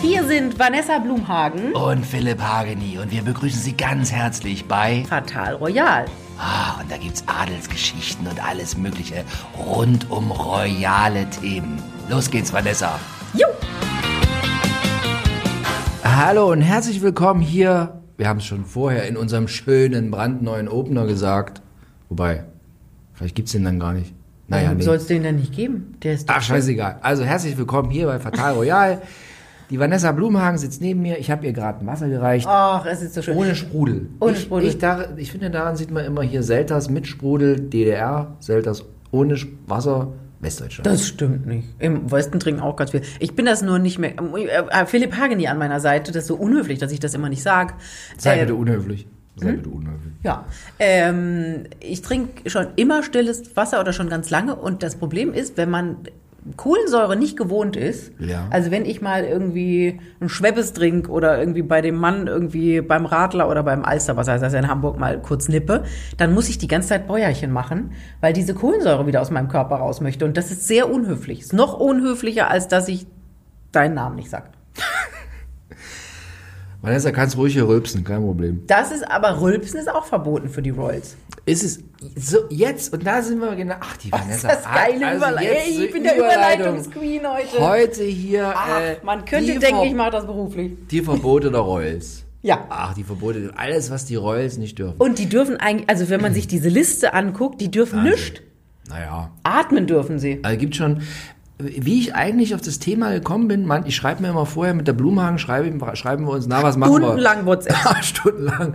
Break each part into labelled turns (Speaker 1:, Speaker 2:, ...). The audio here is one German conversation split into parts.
Speaker 1: Hier sind Vanessa Blumhagen,
Speaker 2: Und Philipp Hageni und wir begrüßen Sie ganz herzlich bei.
Speaker 1: Fatal Royal.
Speaker 2: Ah, und da gibt's Adelsgeschichten und alles Mögliche rund um royale Themen. Los geht's, Vanessa.
Speaker 1: Jo!
Speaker 2: Hallo und herzlich willkommen hier. Wir haben es schon vorher in unserem schönen brandneuen Opener gesagt. Wobei, vielleicht gibt's den dann gar nicht. Naja,
Speaker 1: Warum
Speaker 2: nee.
Speaker 1: Ähm, Soll es den denn nicht geben? Der ist
Speaker 2: Ach, scheißegal. Also herzlich willkommen hier bei Fatal Royal. Die Vanessa Blumhagen sitzt neben mir. Ich habe ihr gerade ein Wasser gereicht.
Speaker 1: Ach, es ist so schön.
Speaker 2: Ohne Sprudel.
Speaker 1: Ohne
Speaker 2: ich,
Speaker 1: Sprudel.
Speaker 2: Ich, dar- ich finde, daran sieht man immer hier Selters mit Sprudel, DDR, Selters ohne Sch- Wasser, Westdeutschland.
Speaker 1: Das stimmt nicht. Im Westen trinken auch ganz viel. Ich bin das nur nicht mehr. Äh, Philipp Hageni an meiner Seite, das ist so unhöflich, dass ich das immer nicht Ähm, sage.
Speaker 2: Sei bitte unhöflich. Sei bitte unhöflich.
Speaker 1: Ja, ähm, ich trinke schon immer stilles Wasser oder schon ganz lange und das Problem ist, wenn man Kohlensäure nicht gewohnt ist,
Speaker 2: Ja.
Speaker 1: also wenn ich mal irgendwie ein Schweppes trink oder irgendwie bei dem Mann irgendwie beim Radler oder beim Alster, was heißt das in Hamburg, mal kurz nippe, dann muss ich die ganze Zeit Bäuerchen machen, weil diese Kohlensäure wieder aus meinem Körper raus möchte und das ist sehr unhöflich. Ist noch unhöflicher, als dass ich deinen Namen nicht sag.
Speaker 2: Vanessa, kannst ruhig hier rülpsen, kein Problem.
Speaker 1: Das ist aber, Rülpsen ist auch verboten für die Royals.
Speaker 2: Ist es so jetzt und da sind wir genau. Ach, die Vanessa.
Speaker 1: das geile
Speaker 2: also
Speaker 1: Überleitung.
Speaker 2: jetzt
Speaker 1: Ey,
Speaker 2: so
Speaker 1: ich bin der
Speaker 2: Überleitung.
Speaker 1: Überleitungsqueen heute.
Speaker 2: Heute hier.
Speaker 1: Ach,
Speaker 2: äh,
Speaker 1: man könnte
Speaker 2: die
Speaker 1: denken,
Speaker 2: Ver-
Speaker 1: ich mache das beruflich.
Speaker 2: Die Verbote der Royals.
Speaker 1: Ja.
Speaker 2: Ach, die Verbote, alles, was die Royals nicht dürfen.
Speaker 1: Und die dürfen eigentlich, also wenn man sich diese Liste anguckt, die dürfen nichts.
Speaker 2: Naja.
Speaker 1: Atmen dürfen sie.
Speaker 2: Also gibt schon, wie ich eigentlich auf das Thema gekommen bin, man, ich schreibe mir immer vorher mit der Blumenhagen, schreibe, schreiben wir uns, na, was machen
Speaker 1: Stundenlang WhatsApp.
Speaker 2: wir? Stundenlang.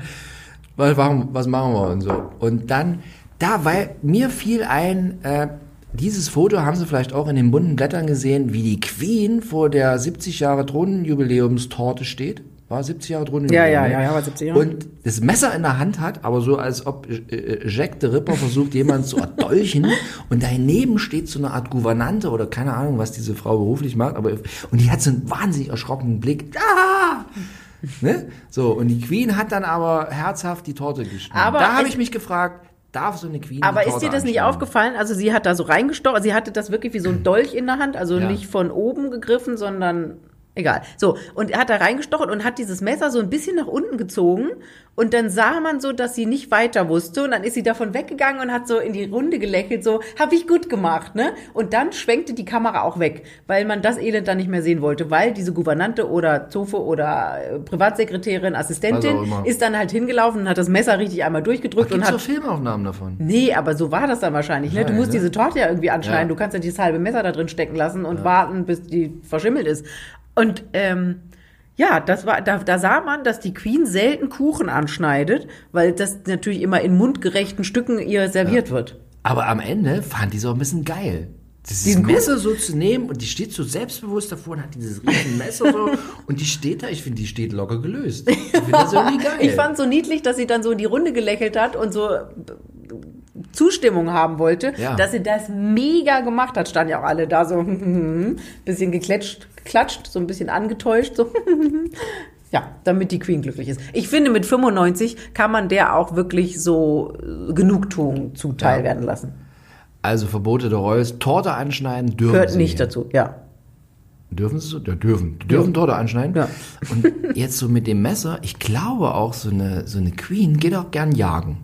Speaker 2: Was machen, was machen wir und so. Und dann, da, weil mir fiel ein, äh, dieses Foto haben Sie vielleicht auch in den bunten Blättern gesehen, wie die Queen vor der 70 Jahre Thronenjubiläumstorte steht. War 70 Jahre
Speaker 1: Ja,
Speaker 2: Thronenjubiläum.
Speaker 1: ja,
Speaker 2: ne?
Speaker 1: ja, ja, war 70 Jahre.
Speaker 2: Und das Messer in der Hand hat, aber so als ob äh, äh, Jack the Ripper versucht, jemanden zu erdolchen. Und daneben steht so eine Art Gouvernante oder keine Ahnung, was diese Frau beruflich macht. Aber, und die hat so einen wahnsinnig erschrockenen Blick. Ah! Ne? So, und die Queen hat dann aber herzhaft die Torte geschnitten.
Speaker 1: Aber
Speaker 2: da habe
Speaker 1: ist-
Speaker 2: ich mich gefragt, darf so eine Queen
Speaker 1: Aber
Speaker 2: die Torte
Speaker 1: ist dir das nicht
Speaker 2: anschneiden? Mhm.
Speaker 1: aufgefallen? Also sie hat da so reingestochen, also sie hatte das wirklich wie so ein Dolch in der Hand, also
Speaker 2: Ja.
Speaker 1: nicht von oben gegriffen, sondern egal. So, und hat da reingestochen und hat dieses Messer so ein bisschen nach unten gezogen und dann sah man so, dass sie nicht weiter wusste und dann ist sie davon weggegangen und hat so in die Runde gelächelt, so, hab ich gut gemacht, ne? Und dann schwenkte die Kamera auch weg, weil man das Elend dann nicht mehr sehen wollte, weil diese Gouvernante oder Zofe oder äh, Privatsekretärin,
Speaker 2: auch
Speaker 1: Assistentin
Speaker 2: immer.
Speaker 1: ist dann halt hingelaufen und hat das Messer richtig einmal durchgedrückt und
Speaker 2: Gibt's
Speaker 1: hat
Speaker 2: doch Filmaufnahmen davon?
Speaker 1: Nee, aber so war das dann wahrscheinlich. Ne? Du
Speaker 2: Wahrscheinlich,
Speaker 1: musst
Speaker 2: ne?
Speaker 1: diese Torte ja irgendwie anschneiden. Du
Speaker 2: Ja.
Speaker 1: kannst ja dieses halbe Messer da drin stecken lassen und warten, bis die verschimmelt ist. Und ähm, ja, das war, da, da sah man, dass die Queen selten Kuchen anschneidet, weil das natürlich immer in mundgerechten Stücken ihr serviert wird.
Speaker 2: Aber am Ende fand die es auch ein bisschen geil. Dieses
Speaker 1: Diesen
Speaker 2: Messer so zu nehmen und die steht so selbstbewusst davor und hat dieses riesen Messer so und die steht da, ich finde, die steht locker gelöst. Ich finde das irgendwie Ah, geil.
Speaker 1: Ich fand so niedlich, dass sie dann so in die Runde gelächelt hat und so äh, Zustimmung haben wollte,
Speaker 2: Ja.
Speaker 1: dass sie das mega gemacht hat. Standen ja auch alle da so bisschen geklatscht, geklatscht, so ein bisschen angetäuscht, so ja, damit die Queen glücklich ist. Ich finde, mit 95 kann man der auch wirklich so äh, Genugtuung zuteil
Speaker 2: Ja.
Speaker 1: werden lassen.
Speaker 2: also Verbote der Reus, Torte anschneiden dürfen
Speaker 1: Gehört
Speaker 2: sie.
Speaker 1: nicht dazu, ja.
Speaker 2: Dürfen sie so? Ja, dürfen. Die dürfen Torte anschneiden.
Speaker 1: Ja.
Speaker 2: Und jetzt so mit dem Messer, ich glaube auch, so eine, so eine Queen geht auch gern jagen.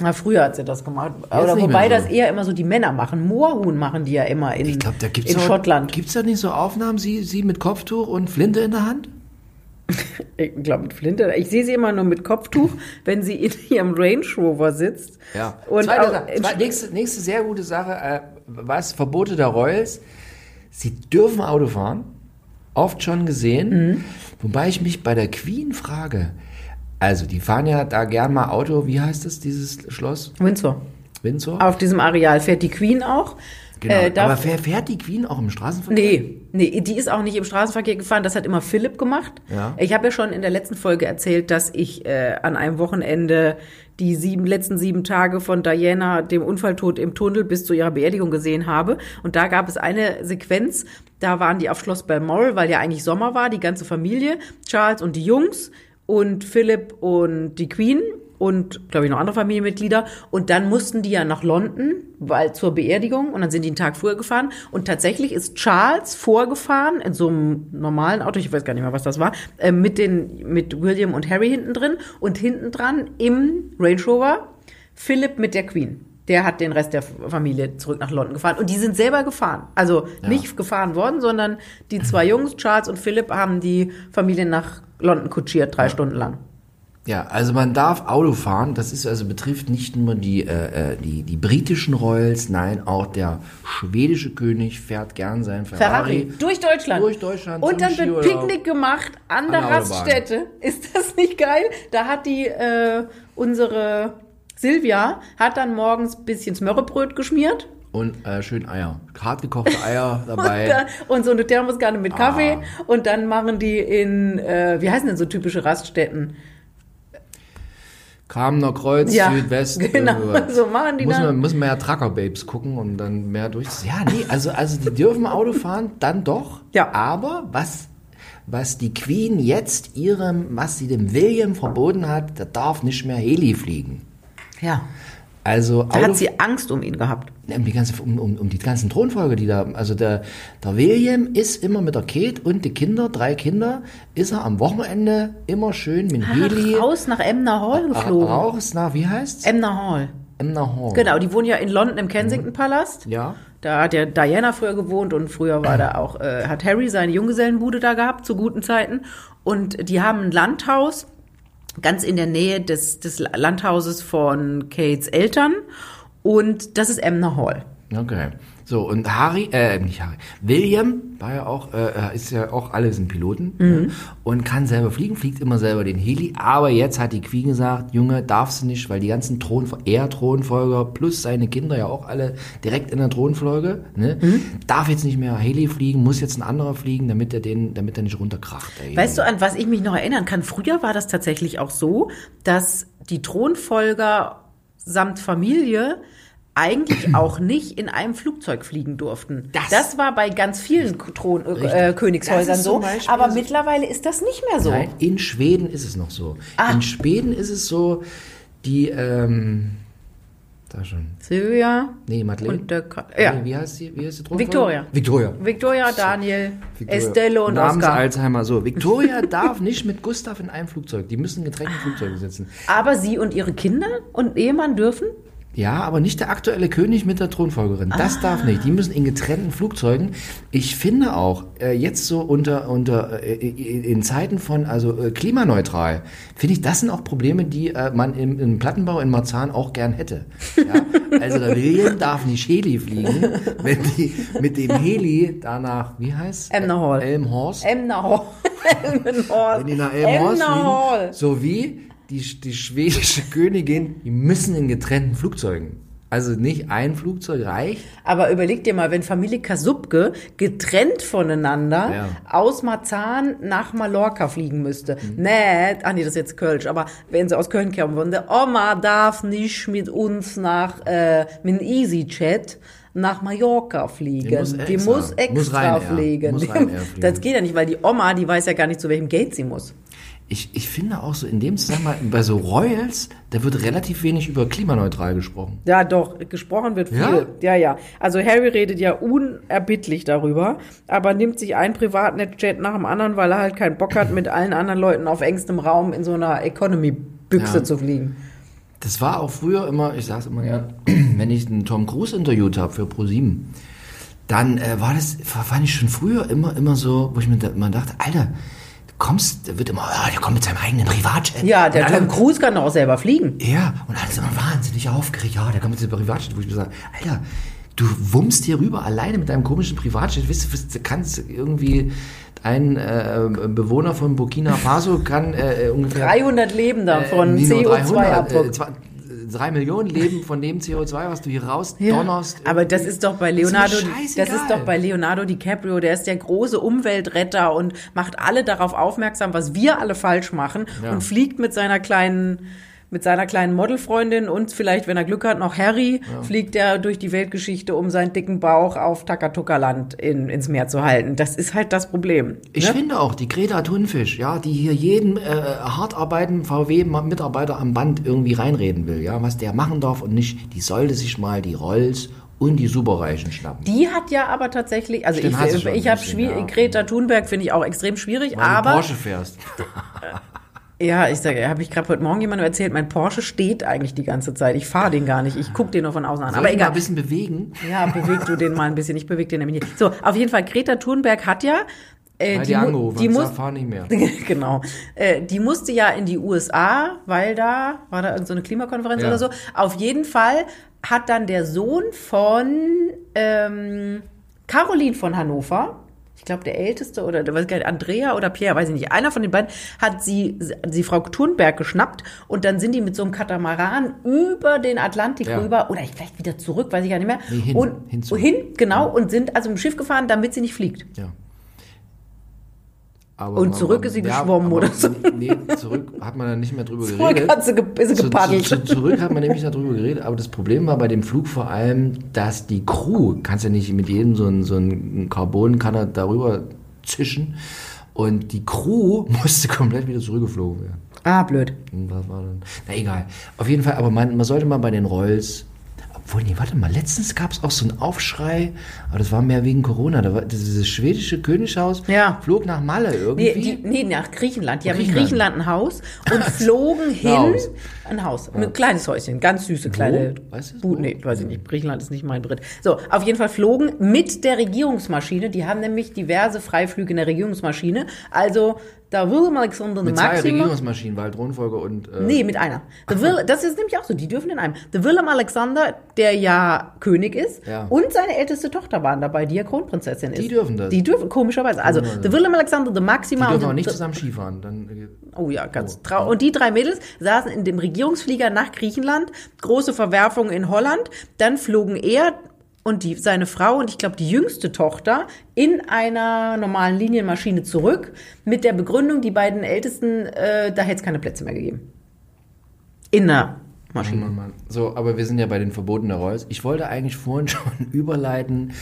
Speaker 1: Na, früher hat sie das gemacht. Oder
Speaker 2: nicht mehr
Speaker 1: wobei
Speaker 2: so.
Speaker 1: das eher immer so die Männer machen. Moorhuhn machen die ja immer in,
Speaker 2: Ich glaube, da gibt's
Speaker 1: in
Speaker 2: auch-
Speaker 1: Schottland.
Speaker 2: Gibt's da nicht so Aufnahmen, sie, sie mit Kopftuch und Flinte in der Hand?
Speaker 1: Ich glaube, mit Flinte. Ich sehe sie immer nur mit Kopftuch, wenn sie in ihrem Range Rover sitzt.
Speaker 2: Ja.
Speaker 1: Und
Speaker 2: Zweite
Speaker 1: auch,
Speaker 2: Sache, zwei, nächste, nächste sehr gute Sache, äh, was Verbote der Royals. Sie dürfen Auto fahren, oft schon gesehen. Wobei ich mich bei der Queen frage, also die fahren ja da gern mal Auto, wie heißt das, dieses Schloss
Speaker 1: Windsor.
Speaker 2: Windsor?
Speaker 1: Auf diesem Areal fährt die Queen auch.
Speaker 2: Genau.
Speaker 1: Äh, darf,
Speaker 2: Aber fährt, fährt die Queen auch im Straßenverkehr?
Speaker 1: nee, nee, die ist auch nicht im Straßenverkehr gefahren. Das hat immer Philipp gemacht.
Speaker 2: Ja.
Speaker 1: Ich habe ja schon in der letzten Folge erzählt, dass ich äh, an einem Wochenende die sieben, letzten sieben Tage von Diana, dem Unfalltod im Tunnel, bis zu ihrer Beerdigung gesehen habe. Und da gab es eine Sequenz, da waren die auf Schloss Balmoral, weil ja eigentlich Sommer war, die ganze Familie, Charles und die Jungs und Philipp und die Queen und, glaube ich, noch andere Familienmitglieder. Und dann mussten die ja nach London, weil zur Beerdigung. Und dann sind die einen Tag früher gefahren. Und tatsächlich ist Charles vorgefahren in so einem normalen Auto, ich weiß gar nicht mehr, was das war, äh, mit den, mit William und Harry hinten drin. Und hinten dran im Range Rover Philipp mit der Queen. Der hat den Rest der Familie zurück nach London gefahren. Und die sind selber gefahren. Also nicht gefahren worden, sondern die zwei Jungs, Charles und Philipp, haben die Familie nach London kutschiert, drei Stunden lang.
Speaker 2: Ja, also man darf Auto fahren. Das ist also betrifft nicht nur die, äh, äh, die, die britischen Royals, nein, auch der schwedische König fährt gern sein Ferrari.
Speaker 1: Ferrari, durch Deutschland.
Speaker 2: Durch Deutschland zum
Speaker 1: Und dann wird
Speaker 2: Skiurlaub.
Speaker 1: Picknick gemacht an der
Speaker 2: der Autobahn.
Speaker 1: Raststätte. Ist das nicht geil? Da hat die, äh, unsere Silvia, hat dann morgens ein bisschen Smörrebröt geschmiert.
Speaker 2: Und äh, schön Eier. Hart gekochte Eier
Speaker 1: Und,
Speaker 2: dabei.
Speaker 1: dann, und so eine Thermoskanne mit Kaffee. Und dann machen die in, äh, wie heißen denn so typische Raststätten?
Speaker 2: Kamener Kreuz,
Speaker 1: Ja,
Speaker 2: Südwest.
Speaker 1: genau,
Speaker 2: irgendwas.
Speaker 1: so machen die
Speaker 2: muss
Speaker 1: dann.
Speaker 2: man, muss man ja Trucker Babes gucken und dann mehr durch. Ja, nee, also, also die dürfen Auto fahren, dann doch.
Speaker 1: Ja.
Speaker 2: Aber was, was die Queen jetzt ihrem, was sie dem William verboten hat, der darf nicht mehr Heli fliegen.
Speaker 1: Ja.
Speaker 2: Also
Speaker 1: Da
Speaker 2: Auto
Speaker 1: hat sie Angst um ihn gehabt.
Speaker 2: Ja, Um die, ganze, um, um, um die ganzen Thronfolge, die da, also der, der William ist immer mit der Kate und die Kinder, drei Kinder, ist er am Wochenende immer schön mit
Speaker 1: Ah,
Speaker 2: dem Heli
Speaker 1: Ach, raus nach Emner Hall
Speaker 2: ra-
Speaker 1: geflogen.
Speaker 2: raus nach, wie heißt's?
Speaker 1: Emner Hall.
Speaker 2: Äh, Emner Hall.
Speaker 1: Genau, die wohnen ja in London im Kensington Palast.
Speaker 2: Ja.
Speaker 1: Da hat ja Diana früher gewohnt und früher war da auch, äh, hat Harry seine Junggesellenbude da gehabt, zu guten Zeiten. Und die haben ein Landhaus ganz in der Nähe des, des Landhauses von Kates Eltern. Und das ist Emner Hall.
Speaker 2: Okay. So, und Harry, äh, nicht Harry, William war ja auch, äh, ist ja auch alles ein Piloten ne? und kann selber fliegen, fliegt immer selber den Heli, aber jetzt hat die Queen gesagt, Junge, darfst du nicht, weil die ganzen Thron, er Thronfolger plus seine Kinder ja auch alle direkt in der Thronfolge, ne, darf jetzt nicht mehr Heli fliegen, muss jetzt ein anderer fliegen, damit er den, damit er nicht runterkracht. Ey.
Speaker 1: Weißt du, an was ich mich noch erinnern kann? Früher war das tatsächlich auch so, dass die Thronfolger samt Familie eigentlich auch nicht in einem Flugzeug fliegen durften.
Speaker 2: Das-
Speaker 1: Das, war bei ganz vielen Thron äh,
Speaker 2: Richtig. Das
Speaker 1: Königshäusern
Speaker 2: ist zum
Speaker 1: so,
Speaker 2: Beispiel
Speaker 1: aber
Speaker 2: so-
Speaker 1: mittlerweile ist das nicht mehr so. Ah.
Speaker 2: Nein, in Schweden ist es noch so. In Schweden ist es so, die, ähm, da schon.
Speaker 1: Silvia
Speaker 2: Nee, Madeleine.
Speaker 1: und der Ka ja.
Speaker 2: Nee, wie heißt sie? Wie heißt die Thronfolge?
Speaker 1: Victoria.
Speaker 2: Victoria.
Speaker 1: Victoria, Daniel,
Speaker 2: Victoria.
Speaker 1: Estelle und
Speaker 2: Namens
Speaker 1: Oscar.
Speaker 2: Alzheimer. So, Victoria darf nicht mit Gustav in einem Flugzeug. Die müssen getrennt in Flugzeugen sitzen.
Speaker 1: Aber sie und ihre Kinder und Ehemann dürfen?
Speaker 2: Ja, aber nicht der aktuelle König mit der Thronfolgerin. Das darf nicht. Die müssen in getrennten Flugzeugen. Ich finde auch, äh, jetzt so unter, unter äh, in in Zeiten von, also äh, klimaneutral, finde ich, das sind auch Probleme, die äh, man im, im Plattenbau in Marzahn auch gern hätte. Ja? Also der William darf nicht Heli fliegen, wenn die mit dem Heli danach, wie heißt
Speaker 1: Emner Hall.
Speaker 2: Elmhorst.
Speaker 1: Emner Hall. Emner Hall.
Speaker 2: Wenn die nach Elmhorst
Speaker 1: Emner
Speaker 2: fliegen,
Speaker 1: Hall.
Speaker 2: sowie die, die schwedische Königin, die müssen in getrennten Flugzeugen. Also nicht ein Flugzeug reicht.
Speaker 1: Aber überleg dir mal, wenn Familie Kasubke getrennt voneinander
Speaker 2: Ja.
Speaker 1: aus Marzahn nach Mallorca fliegen müsste. Nee, ah nee, das ist jetzt Kölsch, aber wenn sie aus Köln kommen würden, der Oma darf nicht mit uns nach, äh, mit dem EasyJet nach Mallorca fliegen.
Speaker 2: Die muss
Speaker 1: Die
Speaker 2: extra.
Speaker 1: muss extra
Speaker 2: Muss Ryanair.
Speaker 1: fliegen.
Speaker 2: Muss Ryanair fliegen.
Speaker 1: Das geht ja nicht, weil die Oma, die weiß ja gar nicht, zu welchem Gate sie muss.
Speaker 2: Ich, ich finde auch so in dem Zusammenhang, bei so Royals, da wird relativ wenig über klimaneutral gesprochen.
Speaker 1: Ja, doch, gesprochen wird viel.
Speaker 2: Ja?
Speaker 1: Ja, ja. Also Harry redet ja unerbittlich darüber, aber nimmt sich einen Privatnet-Chat nach dem anderen, weil er halt keinen Bock hat, mit allen anderen Leuten auf engstem Raum in so einer Economy-Büchse
Speaker 2: Ja.
Speaker 1: zu fliegen.
Speaker 2: Das war auch früher immer, ich sag's immer gern, wenn ich einen Tom Cruise interviewt habe für ProSieben, dann äh, war das, fand ich schon früher immer, immer so, wo ich mir da, immer dachte, Alter, du kommst, der wird immer, ah, der kommt mit seinem eigenen Privatjet.
Speaker 1: Ja, der
Speaker 2: Und alle-
Speaker 1: Tom Cruise kann doch auch selber fliegen.
Speaker 2: Ja, und alle sind immer wahnsinnig aufgeregt. Ja, da kommt jetzt der Privatjet, wo ich mir sage, Alter, du wummst hier rüber alleine mit deinem komischen Privatjet. Weißt du, was- du kannst irgendwie, ein äh, Bewohner von Burkina Faso kann äh, äh, ungefähr
Speaker 1: 300 Leben davon,
Speaker 2: Äh, nicht nur 300, äh,
Speaker 1: CO2-Abdruck.
Speaker 2: zwei- äh, drei Millionen leben von dem CO2, was du hier raus
Speaker 1: Ja,
Speaker 2: donnerst.
Speaker 1: aber das ist doch bei Leonardo,
Speaker 2: Ist mir scheißegal.
Speaker 1: das ist doch bei Leonardo DiCaprio, der ist der große Umweltretter und macht alle darauf aufmerksam, was wir alle falsch machen
Speaker 2: Ja.
Speaker 1: und fliegt mit seiner kleinen mit seiner kleinen Modelfreundin und vielleicht, wenn er Glück hat, noch Harry, fliegt er durch die Weltgeschichte, um seinen dicken Bauch auf Takatuka-Land in, ins Meer zu halten. Das ist halt das Problem.
Speaker 2: Ich finde auch, die Greta Thunfisch, ja, die hier jeden äh, hart arbeitenden VW-Mitarbeiter am Band irgendwie reinreden will, ja, was der machen darf und nicht, die sollte sich mal die Rolls und die Superreichen schnappen.
Speaker 1: Die hat ja aber tatsächlich, also
Speaker 2: Stimmt, hast du
Speaker 1: ich,
Speaker 2: schon
Speaker 1: ich
Speaker 2: ein
Speaker 1: habe
Speaker 2: bisschen,
Speaker 1: schwierig,
Speaker 2: ja.
Speaker 1: Greta Thunberg finde ich auch extrem schwierig,
Speaker 2: Weil du
Speaker 1: aber
Speaker 2: Porsche fährst.
Speaker 1: ja, ich sage, habe ich gerade heute Morgen jemandem erzählt, mein Porsche steht eigentlich die ganze Zeit. Ich fahre den gar nicht, ich gucke den nur von außen an.
Speaker 2: Soll
Speaker 1: Aber
Speaker 2: ich mal
Speaker 1: egal.
Speaker 2: ein bisschen bewegen.
Speaker 1: Ja, beweg du den mal ein bisschen. Ich bewege den nämlich nicht. So, auf jeden Fall, Greta Thunberg hat ja. Äh,
Speaker 2: Weil die,
Speaker 1: mu-
Speaker 2: angerufen
Speaker 1: die
Speaker 2: haben,
Speaker 1: muss,
Speaker 2: gesagt, fahr nicht mehr.
Speaker 1: genau. Äh, die musste ja in die USA, weil da war da irgendeine so eine Klimakonferenz
Speaker 2: Ja.
Speaker 1: oder so. Auf jeden Fall hat dann der Sohn von ähm, Caroline von Hannover, ich glaube der Älteste oder der weiß gar nicht, Andrea oder Pierre, weiß ich nicht, einer von den beiden hat sie, sie Frau Thunberg geschnappt und dann sind die mit so einem Katamaran über den Atlantik
Speaker 2: Ja.
Speaker 1: rüber oder vielleicht wieder zurück, weiß ich gar nicht mehr.
Speaker 2: Nee, hin,
Speaker 1: und
Speaker 2: hin zurück.
Speaker 1: hin genau und sind also im Schiff gefahren, damit sie nicht fliegt.
Speaker 2: Ja. Aber
Speaker 1: Und zurück ist sie geschwommen
Speaker 2: aber-
Speaker 1: oder so.
Speaker 2: Nee, zurück hat man dann nicht mehr drüber
Speaker 1: Zurück
Speaker 2: geredet.
Speaker 1: hat sie, ge ist sie
Speaker 2: Zu-
Speaker 1: gepaddelt.
Speaker 2: Zu, zu, zurück hat man nämlich darüber geredet, aber das Problem war bei dem Flug vor allem, dass die Crew, kannst ja nicht mit jedem so einen, so einen Carbonkanner darüber zischen. Und die Crew musste komplett wieder zurückgeflogen werden.
Speaker 1: Ah, blöd.
Speaker 2: Und Was war denn? Na egal. Auf jeden Fall, aber man, man sollte mal bei den Rolls. Obwohl, nee, warte mal, letztens gab es auch so einen Aufschrei, aber das war mehr wegen Corona. Da war dieses schwedische Königshaus
Speaker 1: Ja.
Speaker 2: flog nach Malle
Speaker 1: Nee, die,
Speaker 2: irgendwie.
Speaker 1: nee, nach Griechenland. Die haben in
Speaker 2: Griechenland.
Speaker 1: Griechenland ein Haus und flogen hin.
Speaker 2: Haus.
Speaker 1: Ein Haus. Ein kleines Häuschen. Ganz süße kleine.
Speaker 2: Weißt du das?
Speaker 1: Bu-
Speaker 2: Wo?
Speaker 1: nee, weiß ich nicht. Griechenland ist nicht mein Brit. So, auf jeden Fall flogen mit der Regierungsmaschine. Die haben nämlich diverse Freiflüge in der Regierungsmaschine. Also, da Willem Alexander
Speaker 2: mit zwei
Speaker 1: Maxima.
Speaker 2: Regierungsmaschinen, Waldronfolge und. Äh,
Speaker 1: Nee, mit einer. The Will, das ist nämlich auch so, die dürfen in einem. Der Willem Alexander, der ja König ist,
Speaker 2: Ja.
Speaker 1: und seine älteste Tochter waren dabei, die ja Kronprinzessin ist.
Speaker 2: Die dürfen das.
Speaker 1: Die dürfen, komischerweise. Also, der Willem Alexander, der Maxima
Speaker 2: Die dürfen
Speaker 1: und
Speaker 2: auch
Speaker 1: der-
Speaker 2: nicht zusammen Skifahren. Dann, äh,
Speaker 1: Oh ja, ganz
Speaker 2: Oh.
Speaker 1: traurig. Und die drei Mädels saßen in dem Regierungsflieger nach Griechenland, große Verwerfung in Holland, dann flogen er und die, seine Frau und ich glaube die jüngste Tochter in einer normalen Linienmaschine zurück, mit der Begründung, die beiden Ältesten, äh, da hätte es keine Plätze mehr gegeben. In einer Maschine.
Speaker 2: Mann, Mann. So, aber wir sind ja bei den Verboten der Reus. Ich wollte eigentlich vorhin schon überleiten.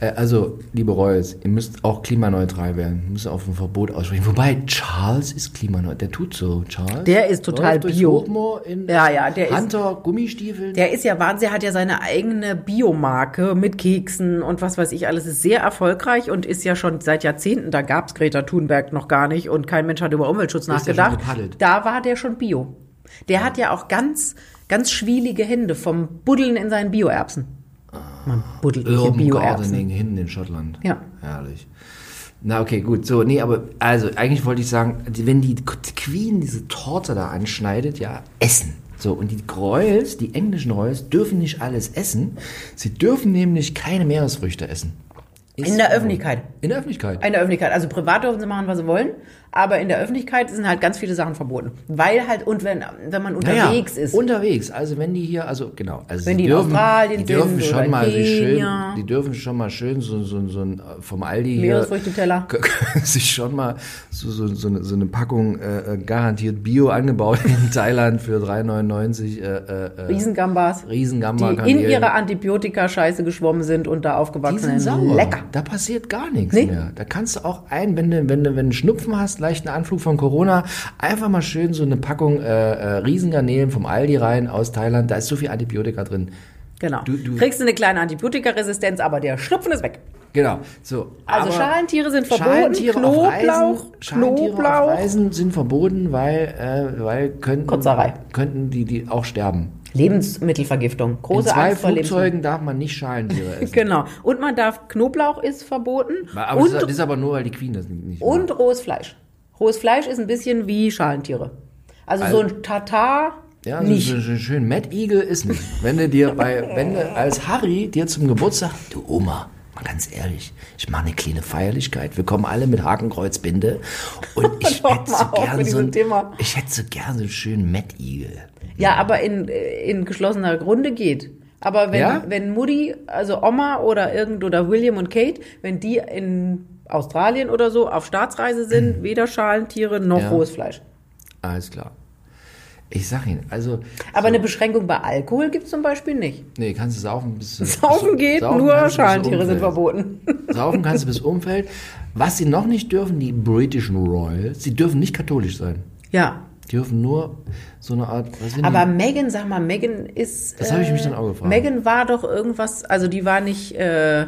Speaker 2: Äh, also, liebe Reus, ihr müsst auch klimaneutral werden. Ihr müsst auf ein Verbot aussprechen. Wobei, Charles ist klimaneutral. Der tut so, Charles.
Speaker 1: Der ist total
Speaker 2: Läuft durchs
Speaker 1: bio.
Speaker 2: Hochmoor in
Speaker 1: Ja, ja, der ist-
Speaker 2: Hunter, Gummistiefeln.
Speaker 1: Der ist ja Wahnsinn, hat ja seine eigene Biomarke mit Keksen und was weiß ich alles, ist sehr erfolgreich und ist ja schon seit Jahrzehnten, da gab's Greta Thunberg noch gar nicht und kein Mensch hat über Umweltschutz
Speaker 2: ist der schon
Speaker 1: nachgedacht.
Speaker 2: gepaddelt?
Speaker 1: Da war der schon Bio. Der hat ja auch ganz, ganz schwielige Hände vom Buddeln in seinen Bioerbsen. Man buddelt hier
Speaker 2: Urban
Speaker 1: Bioerbsen.
Speaker 2: Gardening hinten in Schottland.
Speaker 1: Ja.
Speaker 2: Herrlich. Na okay, gut. So, nee, aber also eigentlich wollte ich sagen, die- wenn die K- Queen diese Torte da anschneidet, ja, essen. So, und die Gräuels, die englischen Gräuels, dürfen nicht alles essen. Sie dürfen nämlich keine Meeresfrüchte essen. Ist
Speaker 1: In der
Speaker 2: so.
Speaker 1: Öffentlichkeit.
Speaker 2: In der Öffentlichkeit.
Speaker 1: In der Öffentlichkeit. Also privat dürfen sie machen, was sie wollen, aber in der Öffentlichkeit sind halt ganz viele Sachen verboten. Weil halt, und wenn, wenn man
Speaker 2: Naja,
Speaker 1: unterwegs ist.
Speaker 2: Unterwegs, also wenn die hier, also genau, also
Speaker 1: Wenn
Speaker 2: sie
Speaker 1: die in
Speaker 2: dürfen,
Speaker 1: Australien
Speaker 2: die dürfen
Speaker 1: sind
Speaker 2: schon
Speaker 1: oder
Speaker 2: mal sich schön,
Speaker 1: Kenia.
Speaker 2: die dürfen schon mal schön so so so ein äh, vom Aldi hier
Speaker 1: Meeresfrüchteteller.
Speaker 2: können sich schon mal so so so eine, so eine Packung äh, äh, garantiert Bio angebaut in Thailand für 3,99 äh, äh, äh,
Speaker 1: Riesengambas.
Speaker 2: Riesengamba
Speaker 1: die in ihrer Antibiotika-Scheiße geschwommen sind und da
Speaker 2: die
Speaker 1: aufgewachsen
Speaker 2: sind
Speaker 1: sind.
Speaker 2: sauer.
Speaker 1: Lecker.
Speaker 2: Da passiert gar nichts
Speaker 1: Nee.
Speaker 2: mehr. Da kannst du auch ein, wenn du, wenn du, wenn du einen Schnupfen hast, leichten Anflug von Corona, einfach mal schön so eine Packung äh, äh, Riesengarnelen vom Aldi rein aus Thailand. Da ist so viel Antibiotika drin.
Speaker 1: Genau.
Speaker 2: Du- du-
Speaker 1: Kriegst du eine kleine Antibiotikaresistenz, aber der Schnupfen ist weg.
Speaker 2: Genau. So.
Speaker 1: Also
Speaker 2: aber
Speaker 1: Schalentiere sind verboten.
Speaker 2: Schalentiere
Speaker 1: Knoblauch,
Speaker 2: auf Reisen, Schalentiere
Speaker 1: Knoblauch.
Speaker 2: auf Reisen sind verboten, weil, äh, weil könnten,
Speaker 1: Kotzerei.
Speaker 2: könnten die, die auch sterben.
Speaker 1: Lebensmittelvergiftung. Große
Speaker 2: In zwei
Speaker 1: Angst vor Lebensmitteln.
Speaker 2: Flugzeugen darf man nicht Schalentiere essen.
Speaker 1: Genau. Und man darf, Knoblauch ist verboten.
Speaker 2: Aber
Speaker 1: und,
Speaker 2: das ist aber nur, weil die Queen das nicht- nicht macht.
Speaker 1: und rohes Fleisch. Rohes Fleisch ist ein bisschen wie Schalentiere. Also, so ein Tatar
Speaker 2: Ja,
Speaker 1: nicht.
Speaker 2: nicht. So, so schön. Mad Eagle ist nicht. Wenn du dir bei, wenn du als Harry dir zum Geburtstag, du Oma, mal ganz ehrlich, ich mache eine kleine Feierlichkeit. Wir kommen alle mit Hakenkreuzbinde und ich
Speaker 1: Hör
Speaker 2: hätte
Speaker 1: mal
Speaker 2: so
Speaker 1: auf
Speaker 2: gern
Speaker 1: mit
Speaker 2: so ein,
Speaker 1: diesem Thema.
Speaker 2: ich hätte so gern so einen schönen Mad Eagle.
Speaker 1: Ja, aber in, in geschlossener Runde geht. Aber wenn,
Speaker 2: Ja?
Speaker 1: wenn Mutti, also Oma oder irgend oder William und Kate, wenn die in Australien oder so auf Staatsreise sind, weder Schalentiere noch
Speaker 2: Mhm. Ja.
Speaker 1: rohes Fleisch.
Speaker 2: Alles klar. Ich sag Ihnen, also.
Speaker 1: Aber eine Beschränkung bei Alkohol gibt es zum Beispiel nicht.
Speaker 2: Nee, kannst du saufen bis. äh, bis- um-
Speaker 1: Saufen geht,
Speaker 2: saufen
Speaker 1: nur
Speaker 2: kannst du bis
Speaker 1: Schalentiere sind
Speaker 2: Umfeld.
Speaker 1: verboten.
Speaker 2: Saufen kannst du bis Umfeld. Was sie noch nicht dürfen, die britischen Royals, sie dürfen nicht katholisch sein.
Speaker 1: Ja.
Speaker 2: Die dürfen nur so eine Art. Was sind
Speaker 1: Aber
Speaker 2: die?
Speaker 1: Megan, sag mal, Megan ist.
Speaker 2: Mhm.
Speaker 1: äh,
Speaker 2: Das habe ich mich dann auch gefragt.
Speaker 1: Megan war doch irgendwas, also die war nicht. Äh,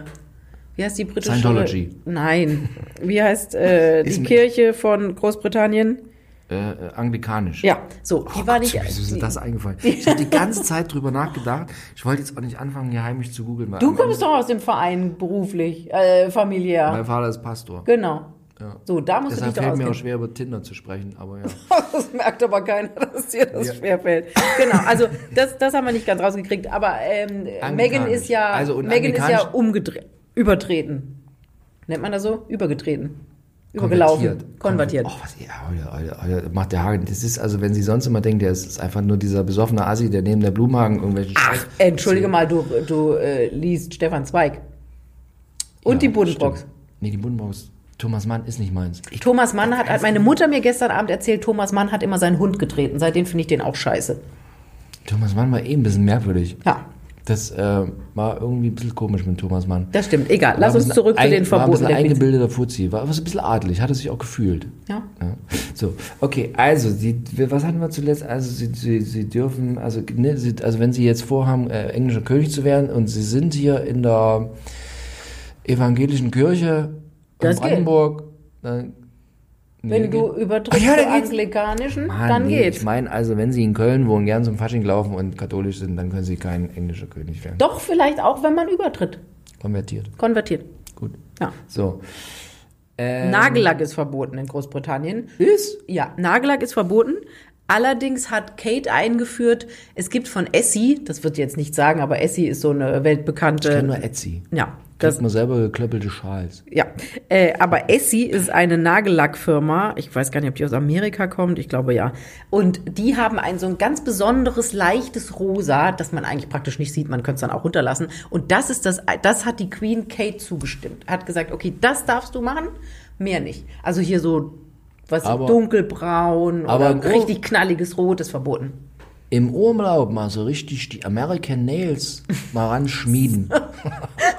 Speaker 1: wie heißt die britische?
Speaker 2: Scientology.
Speaker 1: Nein. Wie heißt äh,
Speaker 2: Ist
Speaker 1: die
Speaker 2: ein-
Speaker 1: Kirche von Großbritannien?
Speaker 2: Äh, äh, anglikanisch.
Speaker 1: Ja, so. Die
Speaker 2: Oh
Speaker 1: war
Speaker 2: Gott,
Speaker 1: nicht.
Speaker 2: Wieso ist
Speaker 1: die,
Speaker 2: mir das eingefallen? Ich habe die ganze Zeit drüber nachgedacht. Ich wollte jetzt auch nicht anfangen, hier heimlich zu googeln. Weil
Speaker 1: du
Speaker 2: am Ende-
Speaker 1: kommst doch aus dem Verein beruflich, äh, familiär.
Speaker 2: Mein Vater ist Pastor.
Speaker 1: Genau.
Speaker 2: Ja.
Speaker 1: So, da musst
Speaker 2: Deshalb
Speaker 1: du dich
Speaker 2: fällt
Speaker 1: doch
Speaker 2: mir auch
Speaker 1: auskennen.
Speaker 2: schwer, über Tinder zu sprechen, aber ja.
Speaker 1: Das merkt aber keiner, dass dir das
Speaker 2: Ja.
Speaker 1: schwerfällt. Genau, also das, das haben wir nicht ganz rausgekriegt, aber ähm, Megan ist ja,
Speaker 2: Also, und
Speaker 1: Megan ist ja
Speaker 2: anglikanisch-
Speaker 1: umgedreht, übertreten. Nennt man das so? Übergetreten. Übergelaufen. Konvertiert.
Speaker 2: Oh, was, ja, Alter, Alter, Alter, macht der Hagen. Das ist, also wenn Sie sonst immer denken, der ist, ist einfach nur dieser besoffene Assi, der neben der Blumenhagen irgendwelchen Scheiß...
Speaker 1: Entschuldige mal, du, du äh, liest Stefan Zweig. Und die Buddenbrocks.
Speaker 2: stimmt. Nee, die Buddenbrocks. Thomas Mann ist nicht meins. Ich,
Speaker 1: Thomas Mann hat, hat
Speaker 2: genau.
Speaker 1: meine Mutter mir gestern Abend erzählt, Thomas Mann hat immer seinen Hund getreten. Seitdem finde ich den auch scheiße.
Speaker 2: Thomas Mann war eh ein bisschen merkwürdig.
Speaker 1: Ja,
Speaker 2: Das äh, war irgendwie ein bisschen komisch mit Thomas Mann.
Speaker 1: das stimmt. Egal, lass
Speaker 2: War ein
Speaker 1: uns
Speaker 2: bisschen
Speaker 1: zurück zu
Speaker 2: ein-
Speaker 1: den Verboten
Speaker 2: War ein
Speaker 1: der
Speaker 2: bisschen
Speaker 1: Pizza.
Speaker 2: eingebildeter Fuzzi. War war so ein bisschen adelig, hatte sich auch gefühlt.
Speaker 1: Ja.
Speaker 2: Ja. So, okay, also, sie, was hatten wir zuletzt? Also, sie, sie, sie dürfen, also, ne, sie, also, wenn sie jetzt vorhaben, äh, englischer König zu werden und sie sind hier in der evangelischen Kirche in
Speaker 1: Das geht.
Speaker 2: Brandenburg, dann.
Speaker 1: Wenn du übertrittst
Speaker 2: Ach ja,
Speaker 1: zur
Speaker 2: dann geht's.
Speaker 1: anglikanischen,
Speaker 2: Mann,
Speaker 1: dann
Speaker 2: nee,
Speaker 1: geht's.
Speaker 2: Ich meine, also, wenn sie in Köln wohnen, gern zum Fasching laufen und katholisch sind, dann können sie kein englischer König werden.
Speaker 1: Doch vielleicht auch, wenn man übertritt,
Speaker 2: Konvertiert.
Speaker 1: konvertiert.
Speaker 2: Gut.
Speaker 1: Ja.
Speaker 2: So. Ähm.
Speaker 1: Nagellack ist verboten in Großbritannien.
Speaker 2: Ist?
Speaker 1: Ja, Nagellack ist verboten. Allerdings hat Kate eingeführt, es gibt von Essie, das wird sie jetzt nicht sagen, aber Essie ist so eine
Speaker 2: Kenn
Speaker 1: weltbekannte.
Speaker 2: nur Etsy.
Speaker 1: Ja, das,
Speaker 2: Das Kriegt man selber geklöppelte Schals.
Speaker 1: ja. Äh, aber Essie ist eine Nagellackfirma. Ich weiß gar nicht, ob die aus Amerika kommt. Ich glaube ja. Und die haben ein so ein ganz besonderes leichtes Rosa, das man eigentlich praktisch nicht sieht. Man könnte es dann auch runterlassen. Und das ist das, das hat die Queen Kate zugestimmt. Hat gesagt, okay, das darfst du machen, mehr nicht. Also hier so was
Speaker 2: Aber-
Speaker 1: dunkelbraun
Speaker 2: aber im
Speaker 1: oder
Speaker 2: Gro-
Speaker 1: richtig knalliges Rot ist verboten.
Speaker 2: Im Urlaub mal so richtig die American Nails mal ranschmieden.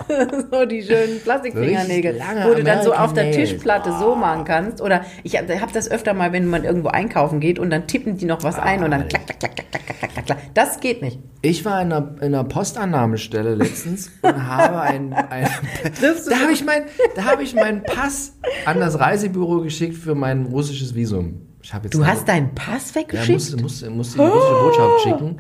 Speaker 1: So Oh, die schönen Plastikfingernägel,
Speaker 2: Richtig lange
Speaker 1: wo du dann so auf der
Speaker 2: American Nails.
Speaker 1: Tischplatte so machen kannst. Oder ich habe das öfter mal, wenn man irgendwo einkaufen geht und dann tippen die noch was ein und dann klack, klack, klack, klack, klack, klack, klack, klack, klack. Das geht nicht.
Speaker 2: Ich war in einer, in einer Postannahmestelle letztens und habe einen. einen
Speaker 1: Das-
Speaker 2: da habe ich, mein, da habe ich meinen Pass an das Reisebüro geschickt für mein russisches Visum. Ich habe jetzt
Speaker 1: Du hast deinen Pass
Speaker 2: Ja,
Speaker 1: weggeschickt?
Speaker 2: musste, musste, musste die russische
Speaker 1: Oh.
Speaker 2: Botschaft schicken,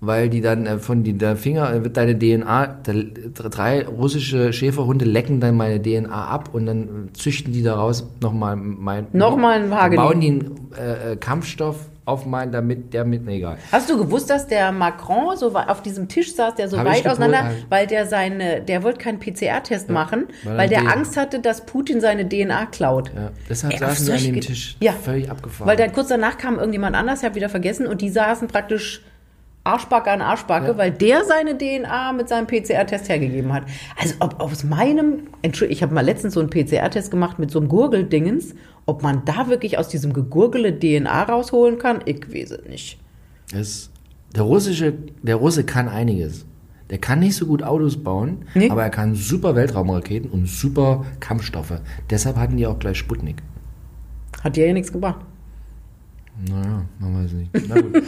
Speaker 2: weil die dann äh, von die, der Finger äh, wird deine DNA, der, drei russische Schäferhunde lecken dann meine DNA ab und dann äh, züchten die daraus nochmal mein.
Speaker 1: Nochmal einen Hagelin.
Speaker 2: Bauen die einen äh, äh, Kampfstoff auf meinen, damit der mit, nee, egal.
Speaker 1: Hast du gewusst, dass der Macron so wei- auf diesem Tisch saß, der so
Speaker 2: Hab ich
Speaker 1: weit
Speaker 2: gepo-
Speaker 1: auseinander,
Speaker 2: hab-
Speaker 1: weil der seine, der wollte keinen PCR-Test machen,
Speaker 2: weil
Speaker 1: weil
Speaker 2: er
Speaker 1: der
Speaker 2: den-
Speaker 1: Angst hatte, dass Putin seine DNA klaut.
Speaker 2: Ja, deshalb
Speaker 1: Ey, auf
Speaker 2: saßen wir an
Speaker 1: solche
Speaker 2: dem
Speaker 1: Ge-
Speaker 2: Tisch
Speaker 1: Ja.
Speaker 2: völlig abgefahren.
Speaker 1: Weil dann kurz danach kam irgendjemand anders, ich habe wieder vergessen, und die saßen praktisch Arschbacke an Arschbacke,
Speaker 2: Ja.
Speaker 1: weil der seine DNA mit seinem PCR-Test hergegeben hat. Also ob aus meinem, Entschuldigung, ich habe mal letztens so einen PCR-Test gemacht mit so einem Gurgeldingens, ob man da wirklich aus diesem gegurgele DNA rausholen kann, ich weiß es nicht.
Speaker 2: Das, der, russische, der Russe kann einiges. Der kann nicht so gut Autos bauen,
Speaker 1: Nee.
Speaker 2: aber er kann super Weltraumraketen und super Kampfstoffe. Deshalb hatten die auch gleich Sputnik.
Speaker 1: Hat dir ja nichts gebracht.
Speaker 2: Naja, man weiß nicht. Na gut.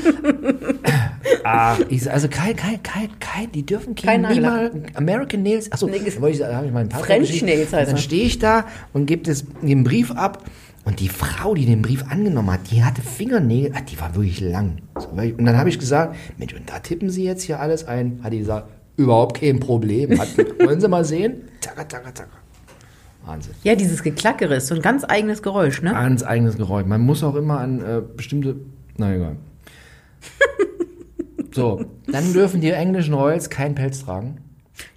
Speaker 2: ah, ich, sag, also Kai, Kai, Kai, Kai, die dürfen
Speaker 1: Kein
Speaker 2: keine
Speaker 1: Nagellack.
Speaker 2: American Nails. Achso,
Speaker 1: Nee,
Speaker 2: da wollte ich, da habe ich meinen Pass
Speaker 1: French
Speaker 2: geschickt.
Speaker 1: Nails heißt
Speaker 2: Und Dann
Speaker 1: er.
Speaker 2: stehe ich da und gebe das- den Brief ab. Und die Frau, die den Brief angenommen hat, die hatte Fingernägel, ah, die war wirklich lang. So, weil ich- Und dann habe ich gesagt, Mensch, und da tippen Sie jetzt hier alles ein. Hat die gesagt, überhaupt kein Problem. Hat, wollen Sie mal sehen? Taka, taka, taka. Wahnsinn.
Speaker 1: Ja, dieses Geklackere ist so ein ganz eigenes Geräusch, ne?
Speaker 2: Ganz eigenes Geräusch. Man muss auch immer an äh, bestimmte. Na egal. so, dann dürfen die englischen Royals keinen Pelz tragen.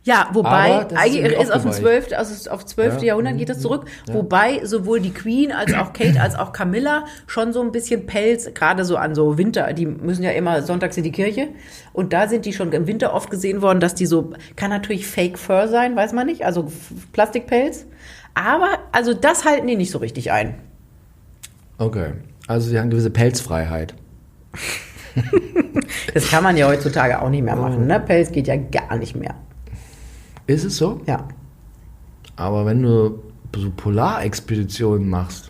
Speaker 1: Ja, wobei,
Speaker 2: Aber das ist
Speaker 1: eigentlich
Speaker 2: irgendwie
Speaker 1: ist, auf dem
Speaker 2: aufgeweicht.
Speaker 1: 12., also ist auf 12.
Speaker 2: Ja,
Speaker 1: Jahrhundert geht das zurück, wobei sowohl die Queen als auch Kate als auch Camilla schon so ein bisschen Pelz, gerade so an so Winter, die müssen ja immer sonntags in die Kirche und da sind die schon im Winter oft gesehen worden, dass die so, kann natürlich Fake Fur sein, weiß man nicht, also F- Plastikpelz, aber also das halten die nicht so richtig ein.
Speaker 2: Okay. Also sie haben gewisse Pelzfreiheit.
Speaker 1: Das kann man ja heutzutage auch nicht mehr machen, ne? Pelz geht ja gar nicht mehr.
Speaker 2: Ist es so?
Speaker 1: Ja.
Speaker 2: Aber wenn du so Polarexpeditionen machst,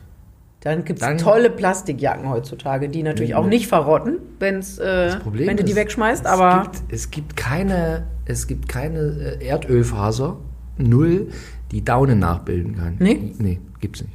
Speaker 1: Dann gibt's
Speaker 2: Dann- Mhm.
Speaker 1: tolle Plastikjacken heutzutage, die natürlich auch nicht verrotten, wenn's, äh,
Speaker 2: Problem
Speaker 1: wenn du die
Speaker 2: ist,
Speaker 1: wegschmeißt, aber.
Speaker 2: es gibt, es gibt keine, es gibt keine äh, Erdölfaser, null, die Daunen nachbilden kann.
Speaker 1: Nee?
Speaker 2: Nee, gibt's nicht.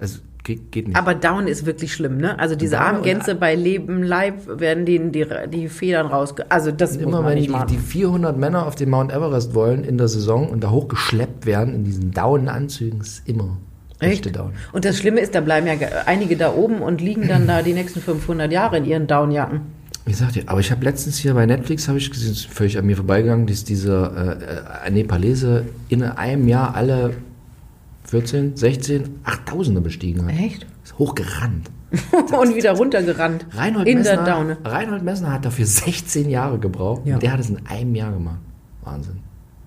Speaker 2: Also geht, geht nicht.
Speaker 1: Aber Down ist wirklich schlimm, ne? Also diese
Speaker 2: Down und
Speaker 1: Armgänse bei Leben, Leib werden denen die, die Federn rausge... Also das muss
Speaker 2: Immer
Speaker 1: man
Speaker 2: wenn
Speaker 1: nicht
Speaker 2: die,
Speaker 1: machen.
Speaker 2: die 400 Männer auf den Mount Everest wollen in der Saison und da hochgeschleppt werden in diesen Daunenanzügen, ist immer echte Daunen.
Speaker 1: Und das Schlimme ist, da bleiben ja ge- einige da oben und liegen dann da die nächsten 500 Jahre in ihren Downjacken.
Speaker 2: Wie gesagt, ja, aber ich habe letztens hier bei Netflix, habe ich gesehen, ist völlig an mir vorbeigegangen, dass dieser äh, äh, Nepalese in einem Jahr alle 14, 16, 8000er bestiegen hat.
Speaker 1: Echt?
Speaker 2: Ist hochgerannt.
Speaker 1: und wieder runtergerannt.
Speaker 2: Reinhold
Speaker 1: in
Speaker 2: Messner,
Speaker 1: der Daune.
Speaker 2: Reinhold Messner hat dafür 16 Jahre gebraucht
Speaker 1: Ja.
Speaker 2: und der hat es in einem Jahr gemacht. Wahnsinn.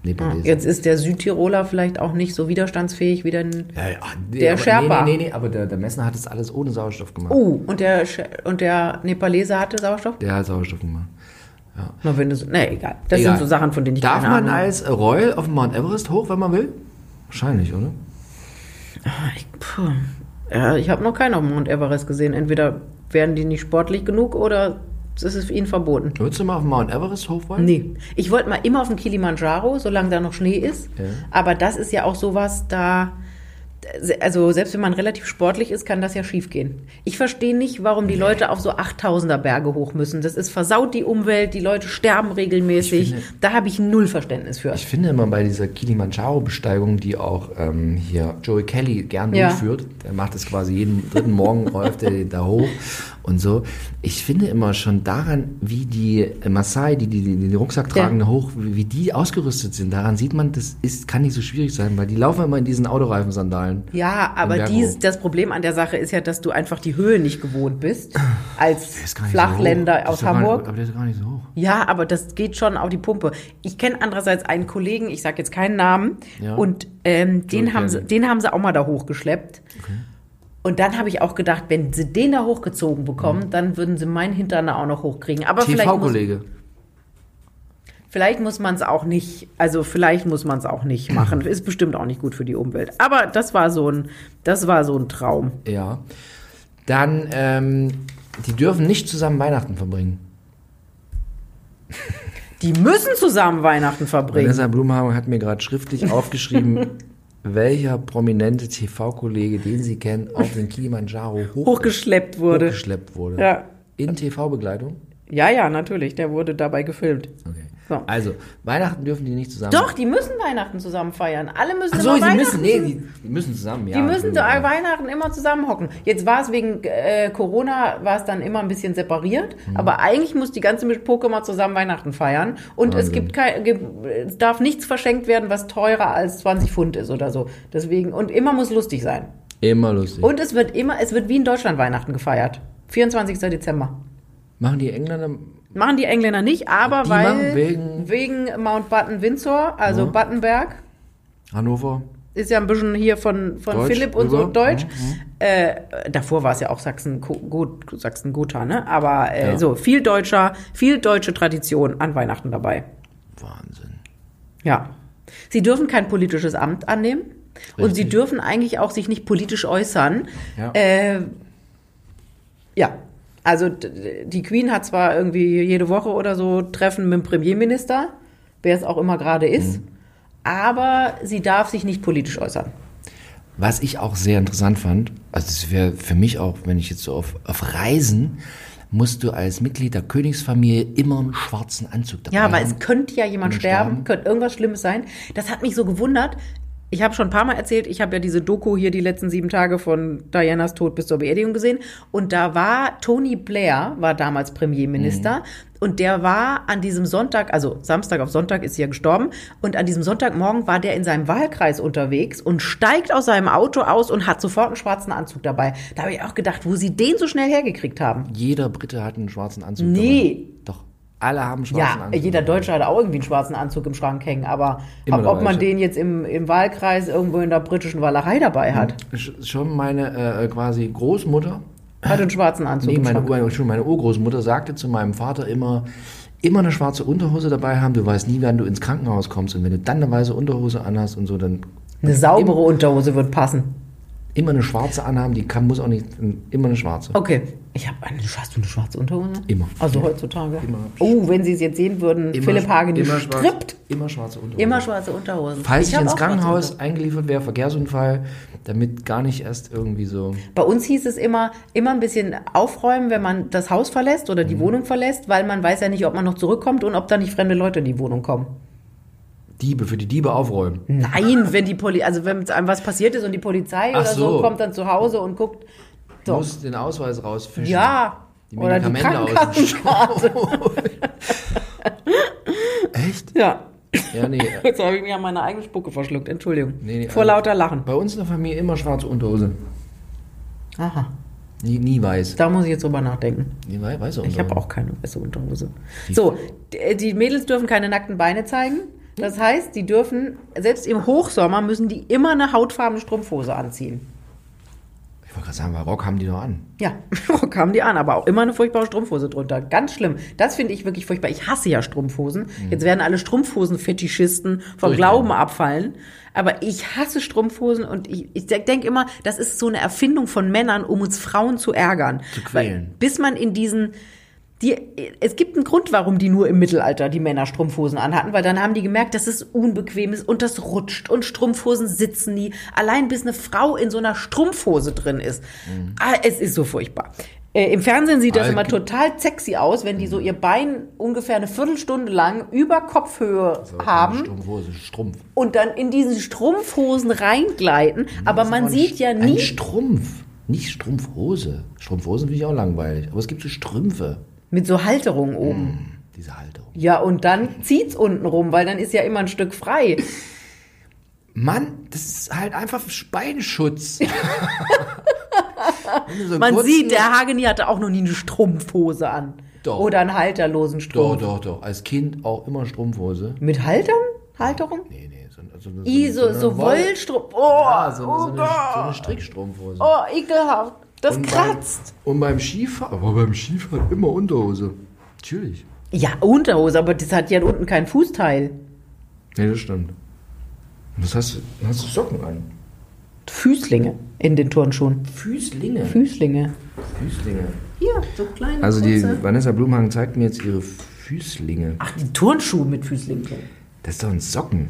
Speaker 2: Nepalese.
Speaker 1: Jetzt ist der Südtiroler vielleicht auch nicht so widerstandsfähig wie der...
Speaker 2: Ja, ja, ach, nee,
Speaker 1: Der
Speaker 2: aber,
Speaker 1: Sherpa.
Speaker 2: Nee, nee, nee, aber der, der Messner hat das alles ohne Sauerstoff gemacht.
Speaker 1: Oh, und der, Sch- und der Nepalese hatte Sauerstoff?
Speaker 2: Der hat Sauerstoff gemacht.
Speaker 1: Na, wenn das, ne, egal. Das
Speaker 2: Egal.
Speaker 1: sind so Sachen, von denen ich
Speaker 2: Darf
Speaker 1: keine
Speaker 2: man halt-
Speaker 1: Ahnung habe.
Speaker 2: als Royal auf dem Mount Everest hoch, wenn man will? Wahrscheinlich, oder?
Speaker 1: Ich, puh. ja, ich habe noch keinen auf dem Mount Everest gesehen. Entweder werden die nicht sportlich genug oder es ist ihnen verboten.
Speaker 2: Würdest du mal auf dem Mount Everest hoch wollen?
Speaker 1: Nee. Ich wollte mal immer auf den Kilimanjaro, solange da noch Schnee ist.
Speaker 2: Ja.
Speaker 1: Aber das ist ja auch sowas, da. Also selbst wenn man relativ sportlich ist, kann das ja schief gehen. Ich verstehe nicht, warum die Leute auf so 8000er Berge hoch müssen. Das ist versaut die Umwelt, die Leute sterben regelmäßig.
Speaker 2: finde-
Speaker 1: da habe ich null Verständnis für.
Speaker 2: Ich finde immer bei dieser Kilimanjaro-Besteigung, die auch ähm, hier Joey Kelly gern
Speaker 1: Ja.
Speaker 2: durchführt, der macht das quasi jeden dritten Morgen, läuft er da hoch und so. Ich finde immer schon daran, wie die Maasai, die, die, die den Rucksack tragen, da hoch, wie wie die ausgerüstet sind, daran sieht man, das ist, kann nicht so schwierig sein, weil die laufen immer in diesen Autoreifensandalen.
Speaker 1: Ja, aber
Speaker 2: Berg
Speaker 1: dies,
Speaker 2: hoch.
Speaker 1: das Problem an der Sache ist ja, dass du einfach die Höhe nicht gewohnt bist
Speaker 2: Der
Speaker 1: als
Speaker 2: ist gar nicht so
Speaker 1: Flachländer
Speaker 2: hoch.
Speaker 1: aus
Speaker 2: Das ist doch Gar
Speaker 1: Hamburg.
Speaker 2: nicht, aber der ist gar nicht so hoch.
Speaker 1: Ja, aber das geht schon auf die Pumpe. Ich kenne andererseits einen Kollegen, ich sage jetzt keinen Namen,
Speaker 2: Ja.
Speaker 1: und ähm, den,
Speaker 2: Joey
Speaker 1: haben sie,
Speaker 2: Kelly.
Speaker 1: den haben sie auch mal da hochgeschleppt. Und dann habe ich auch gedacht, wenn sie den da hochgezogen
Speaker 2: Mhm.
Speaker 1: bekommen, dann würden sie meinen Hintern da auch noch hochkriegen. Aber vielleicht muss,
Speaker 2: TV-Kollege.
Speaker 1: vielleicht muss man es auch nicht, also vielleicht muss man es auch nicht machen. Ist bestimmt auch nicht gut für die Umwelt. Aber das war so ein, das war so ein Traum.
Speaker 2: Ja. Dann, ähm, die dürfen nicht zusammen Weihnachten verbringen.
Speaker 1: Die müssen zusammen Weihnachten verbringen.
Speaker 2: Vanessa Blumhagen hat mir gerade schriftlich aufgeschrieben, welcher prominente TV-Kollege, den sie kennt, auf den Kilimanjaro hoch,
Speaker 1: Hochgeschleppt wurde.
Speaker 2: hochgeschleppt wurde.
Speaker 1: Ja.
Speaker 2: In TV-Begleitung?
Speaker 1: ja, ja, natürlich. Der wurde dabei gefilmt.
Speaker 2: Okay.
Speaker 1: So.
Speaker 2: Also, Weihnachten dürfen die nicht zusammen.
Speaker 1: Doch, die müssen Weihnachten zusammen feiern. Alle müssen
Speaker 2: Ach so,
Speaker 1: immer
Speaker 2: sie
Speaker 1: Weihnachten.
Speaker 2: müssen, nee, die, die müssen zusammen, ja. genau.
Speaker 1: die müssen
Speaker 2: ja.
Speaker 1: da Weihnachten immer zusammenhocken. Jetzt war es wegen äh, Corona, war es dann immer ein bisschen separiert.
Speaker 2: Mhm.
Speaker 1: Aber eigentlich muss die ganze Mischpoke mal zusammen Weihnachten feiern. Und es gibt kein, gibt, es darf nichts verschenkt werden, was teurer als 20 Pfund ist oder so. Deswegen, und immer muss lustig sein.
Speaker 2: Immer lustig.
Speaker 1: Und es wird immer, es wird wie in Deutschland Weihnachten gefeiert. 24. Dezember.
Speaker 2: Machen die Engländer,
Speaker 1: Machen die Engländer nicht, aber
Speaker 2: Die
Speaker 1: weil
Speaker 2: machen wegen-
Speaker 1: wegen Mount Button Windsor, also Battenberg,
Speaker 2: Hannover?
Speaker 1: ist ja ein bisschen hier von, von
Speaker 2: Deutsch
Speaker 1: Philipp und so
Speaker 2: rüber. Mhm,
Speaker 1: deutsch. Äh, davor war es ja auch Sachsen-Gotha, Sachsen Gotha, ne? Aber äh,
Speaker 2: Ja.
Speaker 1: so viel deutscher, viel deutsche Tradition an Weihnachten dabei.
Speaker 2: Wahnsinn.
Speaker 1: Ja. Sie dürfen kein politisches Amt annehmen und sie
Speaker 2: Richtig.
Speaker 1: dürfen eigentlich auch sich nicht politisch äußern.
Speaker 2: Ja.
Speaker 1: Äh, ja. Also d- die Queen hat zwar irgendwie jede Woche oder so Treffen mit dem Premierminister, wer es auch immer gerade ist, aber sie darf sich nicht politisch äußern.
Speaker 2: Was ich auch sehr interessant fand, also es wäre für mich auch, wenn ich jetzt so auf, auf Reisen, musst du als Mitglied der Königsfamilie immer einen schwarzen Anzug dabei
Speaker 1: Ja,
Speaker 2: haben.
Speaker 1: weil es könnte ja jemand
Speaker 2: Und
Speaker 1: sterben,
Speaker 2: sterben.
Speaker 1: könnte irgendwas Schlimmes sein. Das hat mich so gewundert. Ich habe schon ein paar Mal erzählt, ich habe ja diese Doku hier die letzten sieben Tage von Dianas Tod bis zur Beerdigung gesehen. Und da war Tony Blair, war damals Premierminister. Und der war an diesem Sonntag, also Samstag auf Sonntag ist sie ja gestorben. Und an diesem Sonntagmorgen war der in seinem Wahlkreis unterwegs und steigt aus seinem Auto aus und hat sofort einen schwarzen Anzug dabei. Da habe ich auch gedacht, wo sie den so schnell hergekriegt haben.
Speaker 2: Jeder Brite hat einen schwarzen Anzug.
Speaker 1: Nee.
Speaker 2: Dabei. Doch. Alle haben einen schwarzen
Speaker 1: Ja,
Speaker 2: Anzug.
Speaker 1: jeder Deutsche hat auch irgendwie einen schwarzen Anzug im Schrank hängen, aber
Speaker 2: Immer
Speaker 1: ob, ob
Speaker 2: dabei,
Speaker 1: man
Speaker 2: ja.
Speaker 1: den jetzt im, im Wahlkreis irgendwo in der britischen Walachei dabei hat.
Speaker 2: Sch- Schon meine äh, quasi äh, Großmutter
Speaker 1: Hatte einen schwarzen Anzug.
Speaker 2: Nee,
Speaker 1: im
Speaker 2: meine,
Speaker 1: Schrank.
Speaker 2: meine, Entschuldigung, meine Urgroßmutter sagte zu meinem Vater immer, immer eine schwarze Unterhose dabei haben, du weißt nie, wann du ins Krankenhaus kommst. Und wenn du dann eine weiße Unterhose anhast und so, dann
Speaker 1: eine saubere Unterhose wird passen.
Speaker 2: immer eine schwarze anhaben, die kann, muss auch nicht, immer eine schwarze.
Speaker 1: Okay. Ich habe eine, hast du eine schwarze Unterhose?
Speaker 2: Immer.
Speaker 1: Also heutzutage. Oh, wenn sie es jetzt sehen würden,
Speaker 2: Immer
Speaker 1: Philipp
Speaker 2: sch-
Speaker 1: Hagen
Speaker 2: immer
Speaker 1: strippt.
Speaker 2: schwarze, immer schwarze Unterhose.
Speaker 1: Immer schwarze Unterhosen.
Speaker 2: Falls ich,
Speaker 1: hab
Speaker 2: ins
Speaker 1: auch schwarze
Speaker 2: Krankenhaus eingeliefert wäre, Verkehrsunfall, damit gar nicht erst irgendwie so.
Speaker 1: Bei uns hieß es immer, immer ein bisschen aufräumen, wenn man das Haus verlässt oder
Speaker 2: Mhm.
Speaker 1: die Wohnung verlässt, weil man weiß ja nicht, ob man noch zurückkommt und ob da nicht fremde Leute in die Wohnung kommen.
Speaker 2: Diebe, für die Diebe aufräumen.
Speaker 1: Nein, wenn die Poli also wenn einem was passiert ist und die Polizei
Speaker 2: Ach
Speaker 1: oder so.
Speaker 2: so.
Speaker 1: kommt dann zu Hause und guckt,
Speaker 2: Du
Speaker 1: so,
Speaker 2: musst den Ausweis rausfischen.
Speaker 1: ja,
Speaker 2: Die
Speaker 1: oder die
Speaker 2: Medikamente aus dem
Speaker 1: Krankenkassenkarte.
Speaker 2: Echt?
Speaker 1: Ja,
Speaker 2: Ja, nee.
Speaker 1: jetzt habe ich mich an meine eigene Spucke verschluckt, Entschuldigung.
Speaker 2: Nee, nee,
Speaker 1: Vor
Speaker 2: also-
Speaker 1: lauter Lachen.
Speaker 2: Bei uns in der Familie immer schwarze Unterhose.
Speaker 1: Aha,
Speaker 2: Nie, nie weiß.
Speaker 1: da muss ich jetzt drüber nachdenken.
Speaker 2: Nie wei- weiß
Speaker 1: Ich habe auch keine weiße Unterhose. So, d- äh, die Mädels dürfen keine nackten Beine zeigen. Das heißt, die dürfen, selbst im Hochsommer müssen die immer eine hautfarbene Strumpfhose anziehen.
Speaker 2: Ich wollte gerade sagen, weil Rock haben die noch an.
Speaker 1: Ja, kamen die an, aber auch immer eine furchtbare Strumpfhose drunter. Ganz schlimm. Das finde ich wirklich furchtbar. Ich hasse ja Strumpfhosen.
Speaker 2: Mhm.
Speaker 1: Jetzt werden alle Strumpfhosen-Fetischisten vom
Speaker 2: Durchdrehen.
Speaker 1: Glauben abfallen. Aber ich hasse Strumpfhosen und ich, ich denke immer, das ist so eine Erfindung von Männern, um uns Frauen zu ärgern.
Speaker 2: Zu quälen.
Speaker 1: Weil, bis man in diesen die, es gibt einen Grund, warum die nur im Mittelalter die Männer Strumpfhosen anhatten, weil dann haben die gemerkt, dass es unbequem ist und das rutscht und Strumpfhosen sitzen nie. Allein bis eine Frau in so einer Strumpfhose drin ist. Ah, es ist so furchtbar. Äh, Im Fernsehen sieht das
Speaker 2: Alk-
Speaker 1: immer total sexy aus, wenn die so ihr Bein ungefähr eine Viertelstunde lang über Kopfhöhe haben
Speaker 2: Strumpfhose, Strumpf.
Speaker 1: und dann in diesen Strumpfhosen reingleiten. Aber man sieht ja
Speaker 2: Ein
Speaker 1: nie.
Speaker 2: Äh, Strumpf. Nicht Strumpfhose. Strumpfhosen finde ich auch langweilig. Aber es gibt so Strümpfe. Hm,
Speaker 1: Mit so Halterungen
Speaker 2: Mhm.
Speaker 1: oben.
Speaker 2: Diese Halterung.
Speaker 1: Ja, und dann zieht's unten rum, weil dann ist ja immer ein Stück frei.
Speaker 2: Mann, das ist halt einfach Beinschutz. Wenn du so einen
Speaker 1: Man
Speaker 2: kurzen-
Speaker 1: sieht, der Hageni hatte auch noch nie eine Strumpfhose an.
Speaker 2: Doch.
Speaker 1: Oder einen halterlosen
Speaker 2: Doch,
Speaker 1: Strumpf.
Speaker 2: doch, doch. Als Kind auch immer Strumpfhose.
Speaker 1: Mit Haltern? Halterung?
Speaker 2: Nee, nee. So, so, so,
Speaker 1: I, so,
Speaker 2: eine
Speaker 1: so
Speaker 2: Woll-
Speaker 1: Wollstrumpf. Oh,
Speaker 2: Ja, so, eine- so,
Speaker 1: oh
Speaker 2: eine, so eine
Speaker 1: Gott.
Speaker 2: Strickstrumpfhose.
Speaker 1: Oh, ekelhaft. Das kratzt.
Speaker 2: Beim, und beim Skifahren, aber beim Skifahren immer Unterhose. Natürlich.
Speaker 1: Ja, Unterhose, aber das hat ja unten kein Fußteil.
Speaker 2: Nee, das stimmt. Was hast du? Hast du Socken an?
Speaker 1: Füßlinge in den Turnschuhen.
Speaker 2: Füßlinge.
Speaker 1: Füßlinge.
Speaker 2: Füßlinge.
Speaker 1: Hier, so kleine
Speaker 2: Also die
Speaker 1: kurze.
Speaker 2: Vanessa Blumhagen zeigt mir jetzt ihre Füßlinge.
Speaker 1: Ach, die Turnschuhe mit Füßlingen.
Speaker 2: Das ist doch ein Socken.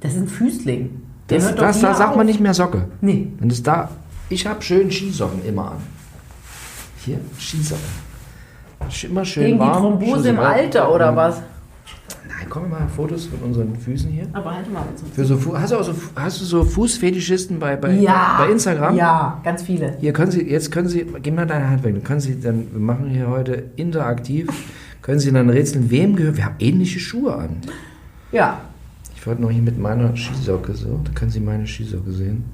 Speaker 1: Das sind Füßlinge. Der
Speaker 2: Das,
Speaker 1: hört doch
Speaker 2: das,
Speaker 1: nie
Speaker 2: da sagt
Speaker 1: auf.
Speaker 2: man nicht mehr Socke.
Speaker 1: Nee.
Speaker 2: Und das da. Ich habe schön Skisocken immer an. Hier, Skisocken. Sch- Immer schön
Speaker 1: Gegen die
Speaker 2: warm.
Speaker 1: Thrombose
Speaker 2: Schön
Speaker 1: im
Speaker 2: warm. Mhm.
Speaker 1: Alter oder was?
Speaker 2: Nein, komm mal Fotos von unseren Füßen hier.
Speaker 1: Aber halt mal.
Speaker 2: Für so, Fu- hast, du auch so, hast du so Fußfetischisten bei, bei,
Speaker 1: Ja.
Speaker 2: bei Instagram?
Speaker 1: Ja, ganz viele.
Speaker 2: Hier können Sie, jetzt können Sie, gib mal deine Hand weg, dann können Sie, dann, wir machen hier heute interaktiv, können Sie dann rätseln, wem gehört, wir haben ähnliche Schuhe an.
Speaker 1: Ja.
Speaker 2: Ich wollte noch hier mit meiner Skisocke so, da können Sie meine Skisocke sehen.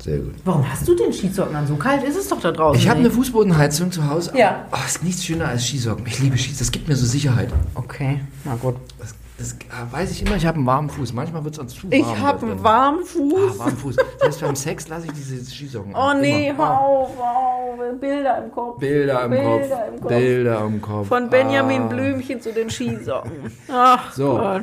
Speaker 2: Sehr gut.
Speaker 1: Warum hast du denn Skisocken an? So kalt ist es doch da draußen.
Speaker 2: Ich habe eine
Speaker 1: nicht.
Speaker 2: Fußbodenheizung zu Hause.
Speaker 1: Ja.
Speaker 2: Oh, ist nichts schöner als Skisocken. Ich liebe Skis, das gibt mir so Sicherheit.
Speaker 1: Okay, na gut.
Speaker 2: Das, das äh, weiß ich immer, ich habe einen warmen Fuß. Manchmal wird es uns zu warm.
Speaker 1: Ich habe einen warmen
Speaker 2: Ah,
Speaker 1: Fuß.
Speaker 2: warmen Fuß. Selbst beim Sex lasse ich diese Skisocken
Speaker 1: Oh
Speaker 2: an.
Speaker 1: nee,
Speaker 2: Immer.
Speaker 1: hör auf, hör auf. Bilder im Kopf.
Speaker 2: Bilder im
Speaker 1: Bilder
Speaker 2: Kopf.
Speaker 1: im Kopf.
Speaker 2: Bilder im Kopf.
Speaker 1: Von Benjamin
Speaker 2: Ah.
Speaker 1: Blümchen zu den Skisocken. Ach
Speaker 2: So.
Speaker 1: Gott.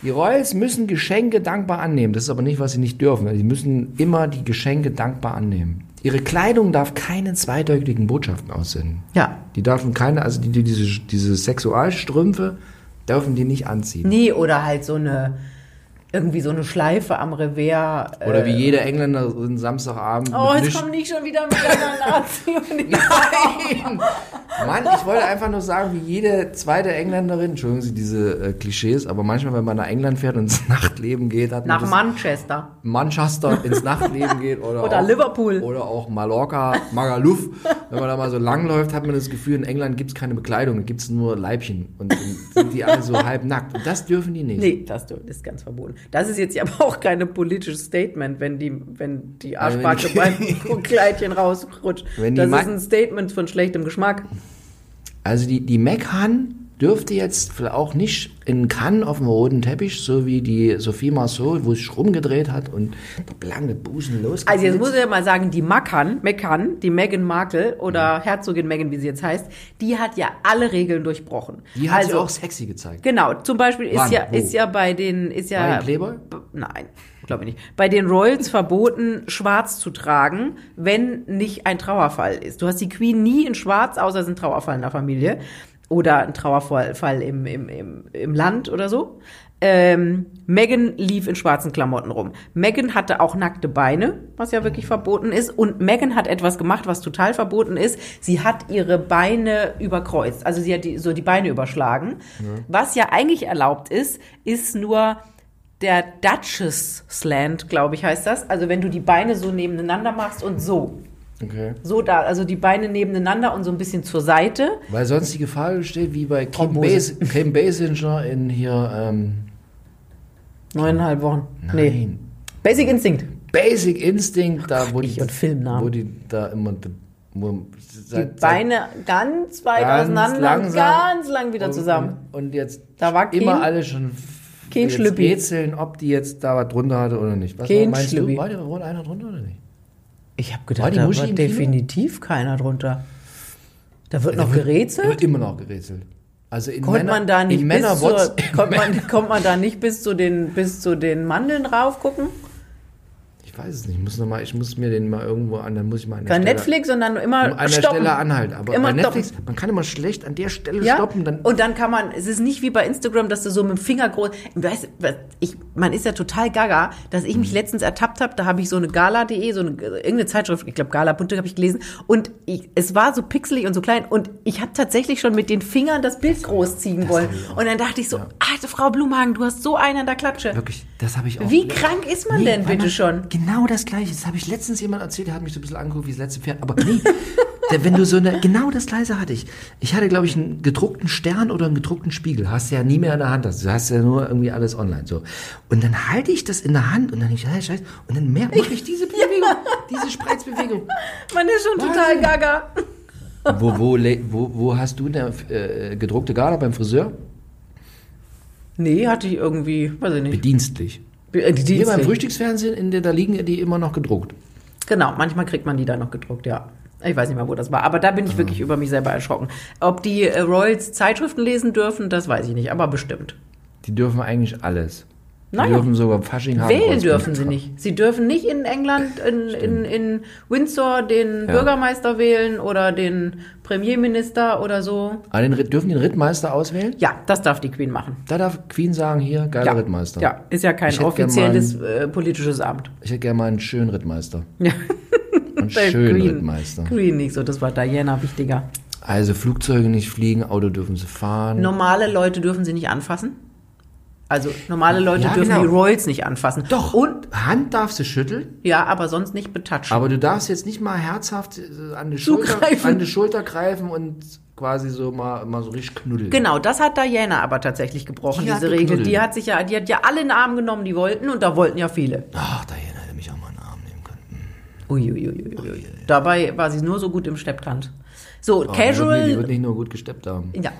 Speaker 2: Die Royals müssen Geschenke dankbar annehmen. Das ist aber nicht, was sie nicht dürfen. Sie müssen immer die Geschenke dankbar annehmen. Ihre Kleidung darf keine zweideutigen Botschaften aussenden.
Speaker 1: Ja.
Speaker 2: Die dürfen keine, also die, die, diese, diese Sexualstrümpfe dürfen die nicht anziehen.
Speaker 1: Nee, oder halt so eine, irgendwie so eine Schleife am Revers. äh,
Speaker 2: Oder wie jeder Engländer so einen Samstagabend
Speaker 1: Oh,
Speaker 2: mit
Speaker 1: jetzt
Speaker 2: Misch-
Speaker 1: kommen die schon wieder mit deiner Nazi und ich
Speaker 2: Nein! Mann, ich wollte einfach nur sagen, wie jede zweite Engländerin, entschuldigen Sie diese äh, Klischees, aber manchmal, wenn man nach England fährt und ins Nachtleben geht, hat man
Speaker 1: Nach
Speaker 2: das
Speaker 1: Manchester.
Speaker 2: Manchester ins Nachtleben geht oder,
Speaker 1: Oder
Speaker 2: auch,
Speaker 1: Liverpool.
Speaker 2: oder auch Mallorca, Magaluf. Wenn man da mal so langläuft, hat man das Gefühl, in England gibt es keine Bekleidung, gibt es nur Leibchen und dann sind die alle so halb nackt. Und das dürfen die nicht.
Speaker 1: Nee, das du- ist ganz verboten. Das ist jetzt aber auch kein politisches Statement, wenn die, wenn die
Speaker 2: Also wenn
Speaker 1: Arschbacke
Speaker 2: die-
Speaker 1: beim Kleidchen rausrutscht.
Speaker 2: Wenn die
Speaker 1: das
Speaker 2: Ma-
Speaker 1: ist ein Statement von schlechtem Geschmack.
Speaker 2: Also die, die Mekhan dürfte jetzt vielleicht auch nicht in Cannes auf dem roten Teppich, so wie die Sophie Marceau, wo sie sich rumgedreht hat und der blanke Busen los.
Speaker 1: Also jetzt muss ich ja mal sagen, die Mackern, Meckern, die Meghan Markle oder Herzogin Meghan, wie sie jetzt heißt, die hat ja alle Regeln durchbrochen.
Speaker 2: die hat
Speaker 1: also,
Speaker 2: sie auch sexy gezeigt.
Speaker 1: Genau, zum Beispiel ist
Speaker 2: Wann?
Speaker 1: ja,
Speaker 2: Wo?
Speaker 1: ist ja bei den, ist ja.
Speaker 2: Bei den Playboy?
Speaker 1: B- Nein, glaube ich nicht. Bei den Royals verboten, schwarz zu tragen, wenn nicht ein Trauerfall ist. Du hast die Queen nie in schwarz, außer es ist ein Trauerfall in der Familie. Oder ein Trauerfall Fall im, im, im, im Land oder so. Ähm, Megan lief in schwarzen Klamotten rum. Megan hatte auch nackte Beine, was ja wirklich verboten ist. Und Megan hat etwas gemacht, was total verboten ist. Sie hat ihre Beine überkreuzt. Also sie hat die, so die Beine überschlagen. Was ja eigentlich erlaubt ist, ist nur der Duchess Slant, glaube ich, heißt das. Also wenn du die Beine so nebeneinander machst und so.
Speaker 2: Okay.
Speaker 1: So da, also die Beine nebeneinander und so ein bisschen zur Seite.
Speaker 2: Weil sonst die Gefahr besteht, wie bei Kim,
Speaker 1: Thrombose.
Speaker 2: Bas Kim Basinger in hier, ähm,
Speaker 1: Neuneinhalb Wochen. Nee.
Speaker 2: nein,
Speaker 1: Basic Instinct.
Speaker 2: Basic Instinct, da wo die,
Speaker 1: ich und Filmnamen.
Speaker 2: wo die da immer, wo,
Speaker 1: Die
Speaker 2: seit- seit-
Speaker 1: Beine ganz weit
Speaker 2: Ganz
Speaker 1: auseinander und
Speaker 2: langsam.
Speaker 1: ganz lang wieder
Speaker 2: und-
Speaker 1: zusammen.
Speaker 2: Und, und jetzt
Speaker 1: Da war kein-
Speaker 2: immer alle schon
Speaker 1: kein
Speaker 2: jetzt
Speaker 1: Schlüppi.
Speaker 2: rätseln, ob die jetzt da was drunter hatte oder nicht. Was
Speaker 1: Kein
Speaker 2: meinst
Speaker 1: Schlüppi.
Speaker 2: du? War, der, war einer drunter oder nicht?
Speaker 1: Ich habe
Speaker 2: War
Speaker 1: gedacht,
Speaker 2: die
Speaker 1: da
Speaker 2: Muschi
Speaker 1: war
Speaker 2: im Kino?
Speaker 1: definitiv keiner drunter. Da wird noch
Speaker 2: Da
Speaker 1: gerätselt.
Speaker 2: Wird immer noch gerätselt. Also in
Speaker 1: Kommt
Speaker 2: Männer,
Speaker 1: man da nicht
Speaker 2: in Männer
Speaker 1: bis zur,
Speaker 2: What's-
Speaker 1: kommt man, kommt man da nicht bis zu den bis zu den Mandeln rauf gucken?
Speaker 2: Ich weiß es nicht. Ich muss, noch mal, ich muss mir den mal irgendwo an, dann muss ich mal an der
Speaker 1: Bei
Speaker 2: Stelle,
Speaker 1: Netflix und dann immer
Speaker 2: an der
Speaker 1: stoppen.
Speaker 2: Stelle anhalten. Aber
Speaker 1: Immer
Speaker 2: bei Netflix,
Speaker 1: stoppen.
Speaker 2: man kann immer schlecht an der Stelle
Speaker 1: Ja,
Speaker 2: stoppen. Dann,
Speaker 1: und dann kann man, es ist nicht wie bei Instagram, dass du so mit dem Finger groß, weißt, du, was- ich, man ist ja total gaga, dass ich
Speaker 2: Mhm.
Speaker 1: mich letztens ertappt habe, da habe ich so eine Gala.de, so eine, irgendeine Zeitschrift, ich glaube Gala.de habe ich gelesen und ich, es war so pixelig und so klein und ich habe tatsächlich schon mit den Fingern das Bild großziehen wollen
Speaker 2: hab ich auch.
Speaker 1: und dann dachte ich so,
Speaker 2: Ja.
Speaker 1: alte Frau Blumhagen, du hast so einen an der Klatsche.
Speaker 2: wirklich, das habe ich auch.
Speaker 1: Wie krank ist man
Speaker 2: Nee,
Speaker 1: denn
Speaker 2: weil
Speaker 1: bitte
Speaker 2: man-
Speaker 1: schon?
Speaker 2: Genau das gleiche. Das habe ich letztens jemand erzählt, der hat mich so ein bisschen angeguckt, wie das letzte Pferd. Aber nee, der, wenn du so eine. Genau das gleiche hatte ich. Ich hatte, glaube ich, einen gedruckten Stern oder einen gedruckten Spiegel. Hast du ja nie mehr in der Hand. hast Du hast ja nur irgendwie alles online. So. Und dann halte ich das in der Hand und dann denke ich, hey, scheiße. Und dann merke ich diese Bewegung, diese Spreizbewegung.
Speaker 1: Man ist schon total
Speaker 2: Wahnsinn.
Speaker 1: gaga.
Speaker 2: Wo, wo, le- wo, wo hast du eine äh, gedruckte Gala beim Friseur?
Speaker 1: Nee, hatte ich irgendwie, weiß ich nicht.
Speaker 2: Bedienstlich.
Speaker 1: Äh, die
Speaker 2: Hier beim
Speaker 1: Dienstlich.
Speaker 2: Frühstücksfernsehen, in der, da liegen die immer noch gedruckt.
Speaker 1: Genau, manchmal kriegt man die dann noch gedruckt, ja. Ich weiß nicht mal, wo das war, aber da bin ich wirklich über mich selber erschrocken. Ob die äh, Royals Zeitschriften lesen dürfen, das weiß ich nicht, aber bestimmt.
Speaker 2: Die dürfen eigentlich alles. Die
Speaker 1: Naja.
Speaker 2: dürfen sogar Fasching haben.
Speaker 1: Wählen
Speaker 2: Kreuzband.
Speaker 1: dürfen sie nicht. Sie dürfen nicht in England, in, in, in Windsor den
Speaker 2: Ja.
Speaker 1: Bürgermeister wählen oder den Premierminister oder so.
Speaker 2: Ah, den, Ritt- dürfen den Rittmeister auswählen?
Speaker 1: Ja, das darf die Queen machen.
Speaker 2: Da darf Queen sagen, hier, geiler
Speaker 1: Ja,
Speaker 2: Rittmeister.
Speaker 1: ja ist ja
Speaker 2: Ich
Speaker 1: kein
Speaker 2: hätte gern
Speaker 1: offizielles äh, politisches Amt.
Speaker 2: Ich hätte gerne mal einen schönen Rittmeister.
Speaker 1: Ja.
Speaker 2: Einen
Speaker 1: Bei
Speaker 2: schönen
Speaker 1: Queen.
Speaker 2: Rittmeister.
Speaker 1: Queen nicht so, das war Diana wichtiger.
Speaker 2: Also Flugzeuge nicht fliegen, Auto dürfen sie fahren.
Speaker 1: normale Leute dürfen sie nicht anfassen. Also normale Leute
Speaker 2: Ja,
Speaker 1: dürfen
Speaker 2: genau.
Speaker 1: die Royals nicht anfassen.
Speaker 2: Doch,
Speaker 1: Und
Speaker 2: Hand darfst du schütteln,
Speaker 1: ja, aber sonst nicht betatschen.
Speaker 2: aber du darfst jetzt nicht mal herzhaft äh, an die, Schulter,
Speaker 1: Zugreifen.
Speaker 2: an die Schulter greifen und quasi so mal, mal so richtig knuddeln.
Speaker 1: genau, das hat Diana aber tatsächlich gebrochen,
Speaker 2: Die hat
Speaker 1: diese Regel. Die
Speaker 2: geknuddelt.
Speaker 1: hat sich ja, die hat ja alle in den Arm genommen, die wollten, und da wollten ja viele.
Speaker 2: Ach, Diana hätte mich auch mal in den Arm nehmen können.
Speaker 1: Uiuiuiui. Dabei war sie nur so gut im Stepptanz. So,
Speaker 2: Oh, Die wird, die
Speaker 1: Casual.
Speaker 2: wird nicht nur gut gesteppt haben.
Speaker 1: Ja.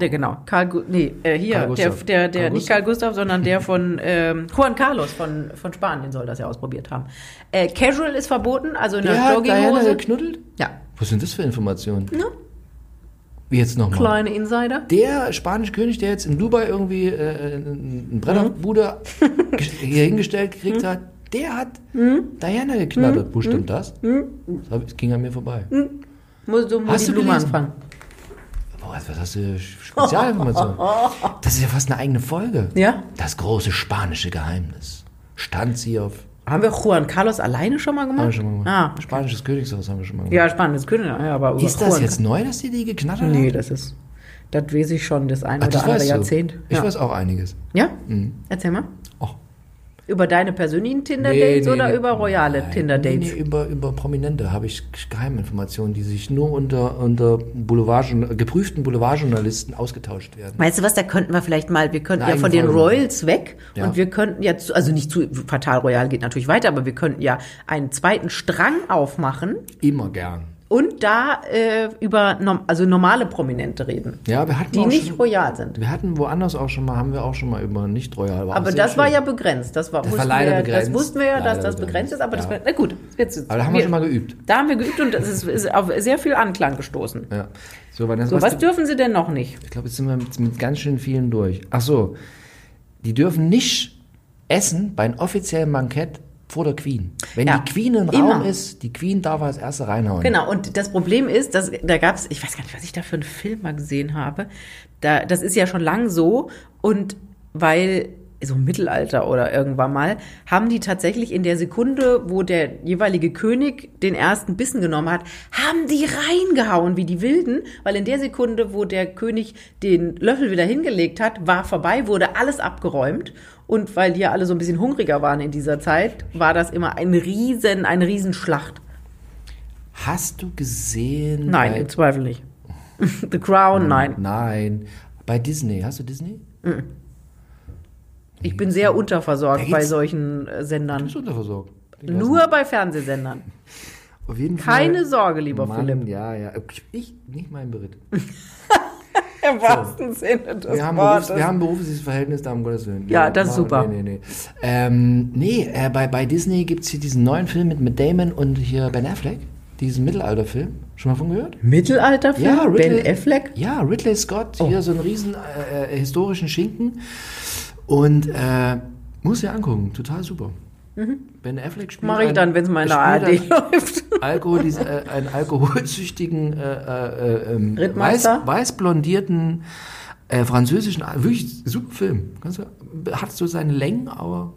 Speaker 1: Der, genau, Karl, Gu- nee, äh, hier,
Speaker 2: Karl
Speaker 1: der,
Speaker 2: Gustav.
Speaker 1: der, der
Speaker 2: Karl
Speaker 1: nicht Karl Gustav, sondern der von ähm, Juan Carlos von, von Spanien soll das ja ausprobiert haben. Äh, Casual ist verboten, also in der
Speaker 2: Ja, Diana
Speaker 1: Jogginghose.
Speaker 2: geknuddelt?
Speaker 1: Ja,
Speaker 2: Was sind das für Informationen?
Speaker 1: Ne?
Speaker 2: Wie jetzt nochmal?
Speaker 1: kleine Insider.
Speaker 2: der spanische König, der jetzt in Dubai irgendwie äh, einen Brennerbude
Speaker 1: Mhm.
Speaker 2: gesch- hier hingestellt gekriegt hat, der hat Diana geknattert.
Speaker 1: Mhm.
Speaker 2: Wo stimmt das? Das hab- Das ging an mir vorbei.
Speaker 1: Muss so mit
Speaker 2: Hast
Speaker 1: die
Speaker 2: du
Speaker 1: Blume
Speaker 2: gelesen?
Speaker 1: anfangen.
Speaker 2: Boah, was was hast du für Spezialinformationen? Das ist ja fast eine eigene Folge.
Speaker 1: Ja.
Speaker 2: Das große spanische Geheimnis. Stand sie auf.
Speaker 1: Haben wir Juan Carlos alleine schon mal gemacht?
Speaker 2: Haben wir schon mal
Speaker 1: Ah,
Speaker 2: gemacht. Spanisches Königshaus haben wir schon mal gemacht.
Speaker 1: ja, spannendes König, ja, aber über
Speaker 2: Ist das
Speaker 1: Juan-
Speaker 2: jetzt neu, dass die die geknattert haben?
Speaker 1: Nee, das ist, das weiß ich schon, das ein
Speaker 2: Ach,
Speaker 1: oder
Speaker 2: das
Speaker 1: andere
Speaker 2: weißt du.
Speaker 1: Jahrzehnt.
Speaker 2: Ich
Speaker 1: ja?
Speaker 2: weiß Hm. auch einiges. Oh.
Speaker 1: ja? Erzähl mal.
Speaker 2: Och.
Speaker 1: Über deine persönlichen
Speaker 2: Nee,
Speaker 1: Tinder-Dates
Speaker 2: nee,
Speaker 1: oder
Speaker 2: nee.
Speaker 1: über royale
Speaker 2: Nein,
Speaker 1: Tinder-Dates?
Speaker 2: Nee, nee, über, über Prominente habe ich Geheiminformationen, die sich nur unter, unter Boulevard, geprüften Boulevardjournalisten ausgetauscht werden.
Speaker 1: Weißt du was, da könnten wir vielleicht mal, wir könnten
Speaker 2: Eine
Speaker 1: ja von den
Speaker 2: eigene Folge machen.
Speaker 1: Royals weg
Speaker 2: Ja.
Speaker 1: und wir könnten ja, zu, also nicht zu, Fatal Royal geht natürlich weiter, aber wir könnten ja einen zweiten Strang aufmachen
Speaker 2: Immer gern.
Speaker 1: und da äh, über norm also normale Prominente reden,
Speaker 2: Ja, wir hatten
Speaker 1: die
Speaker 2: auch
Speaker 1: nicht
Speaker 2: schon,
Speaker 1: royal sind.
Speaker 2: wir hatten woanders auch schon mal, haben wir auch schon mal über nicht royal. auch
Speaker 1: Aber
Speaker 2: sehr
Speaker 1: das war
Speaker 2: schön.
Speaker 1: ja begrenzt. Das, war, wussten
Speaker 2: leider
Speaker 1: wir,
Speaker 2: begrenzt.
Speaker 1: das wussten wir ja, dass
Speaker 2: Leider
Speaker 1: das begrenzt
Speaker 2: begrenzt,
Speaker 1: ist. Aber das
Speaker 2: ja.
Speaker 1: war, na gut, das wird jetzt.
Speaker 2: Aber da haben wir schon mal geübt.
Speaker 1: Da haben wir geübt und es ist, ist auf sehr viel Anklang gestoßen.
Speaker 2: Ja. So, Vanessa,
Speaker 1: So,
Speaker 2: was,
Speaker 1: was dürfen sie denn noch nicht?
Speaker 2: ich glaube, jetzt sind wir mit, mit ganz schön vielen durch. Ach so, die dürfen nicht essen bei einem offiziellen Bankett vor der Queen. Wenn
Speaker 1: Ja,
Speaker 2: die Queen im
Speaker 1: immer.
Speaker 2: Raum ist, die Queen darf als erste reinhauen.
Speaker 1: Genau, und das Problem ist, dass da gab's, ich weiß gar nicht, was ich da für einen Film mal gesehen habe. Da, das ist ja schon lang so. Und weil, so im Mittelalter oder irgendwann mal, haben die tatsächlich in der Sekunde, wo der jeweilige König den ersten Bissen genommen hat, haben die reingehauen wie die Wilden, weil in der Sekunde, wo der König den Löffel wieder hingelegt hat, war vorbei, wurde alles abgeräumt. Und weil die ja alle so ein bisschen hungriger waren in dieser Zeit, war das immer ein riesen, eine Riesenschlacht.
Speaker 2: Hast du gesehen?
Speaker 1: Nein,
Speaker 2: bei-
Speaker 1: im Zweifel nicht. The Crown, nein.
Speaker 2: Nein. Bei Disney. Hast du Disney?
Speaker 1: Ich bin sehr unterversorgt
Speaker 2: Da
Speaker 1: bei
Speaker 2: geht's-
Speaker 1: solchen äh,
Speaker 2: Du
Speaker 1: Sendern.
Speaker 2: bist unterversorgt. Die
Speaker 1: Nur bei Fernsehsendern.
Speaker 2: ganzen- Auf jeden Fall.
Speaker 1: Keine Sorge, lieber
Speaker 2: Mann,
Speaker 1: Philipp.
Speaker 2: Ja, ja. Ich, ich nicht mein Beritt.
Speaker 1: Im wahrsten Sinne des
Speaker 2: Wir haben, Berufs, wir haben ein berufliches Verhältnis, da um Gottes Willen.
Speaker 1: Ja,
Speaker 2: Nee,
Speaker 1: das ist
Speaker 2: mach-
Speaker 1: super.
Speaker 2: Nee, nee, nee. Ähm, nee äh, bei, bei Disney gibt es hier diesen neuen Film mit Matt Damon und hier Ben Affleck. Diesen Mittelalterfilm. Schon mal von gehört?
Speaker 1: Mittelalterfilm?
Speaker 2: Ja, Ridley-
Speaker 1: ben Affleck?
Speaker 2: Ja, Ridley Scott,
Speaker 1: Oh.
Speaker 2: hier so einen riesen äh, äh, historischen Schinken. Und äh, muss ja angucken, total super. Ben Affleck spielt
Speaker 1: Mache Mhm. ich
Speaker 2: einen-
Speaker 1: dann, wenn es mal in der
Speaker 2: spielt
Speaker 1: ARD läuft.
Speaker 2: Alkohol, dies- äh, einen alkoholsüchtigen, äh, äh, ähm, weiß,
Speaker 1: Rittmeister?
Speaker 2: weiß blondierten äh, französischen, wirklich super Film. Kannst du, hat so seine Längen, aber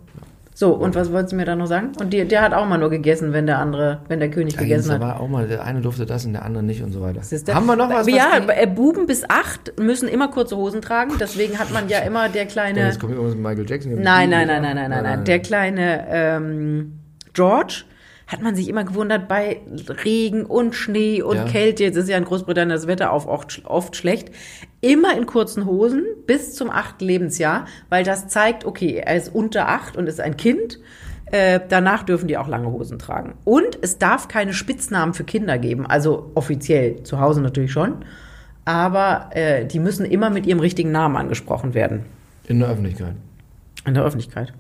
Speaker 1: So, und was wolltest du mir da noch sagen? Und die, der hat auch mal nur gegessen, wenn der andere, wenn der König gegessen
Speaker 2: da
Speaker 1: hat.
Speaker 2: war auch mal, der eine durfte das und der andere nicht und so weiter.
Speaker 1: Siehste?
Speaker 2: Haben wir noch was?
Speaker 1: Ja,
Speaker 2: was
Speaker 1: äh, Buben bis acht müssen immer kurze Hosen tragen. Deswegen hat man ja immer der kleine...
Speaker 2: Jetzt kommt irgendwas mit Michael Jackson.
Speaker 1: äh, Nein, nein, nein, nein, nein, nein, nein. Der kleine ähm, George hat man sich immer gewundert bei Regen und Schnee und
Speaker 2: Ja.
Speaker 1: Kälte. Jetzt ist ja in Großbritannien das Wetter auf, oft, oft schlecht. Immer in kurzen Hosen bis zum achten Lebensjahr, weil das zeigt, okay, er ist unter acht und ist ein Kind. Äh, danach dürfen die auch lange Hosen tragen. Und es darf keine Spitznamen für Kinder geben. Also offiziell, zu Hause natürlich schon. Aber äh, die müssen immer mit ihrem richtigen Namen angesprochen werden.
Speaker 2: In der Öffentlichkeit.
Speaker 1: In der Öffentlichkeit.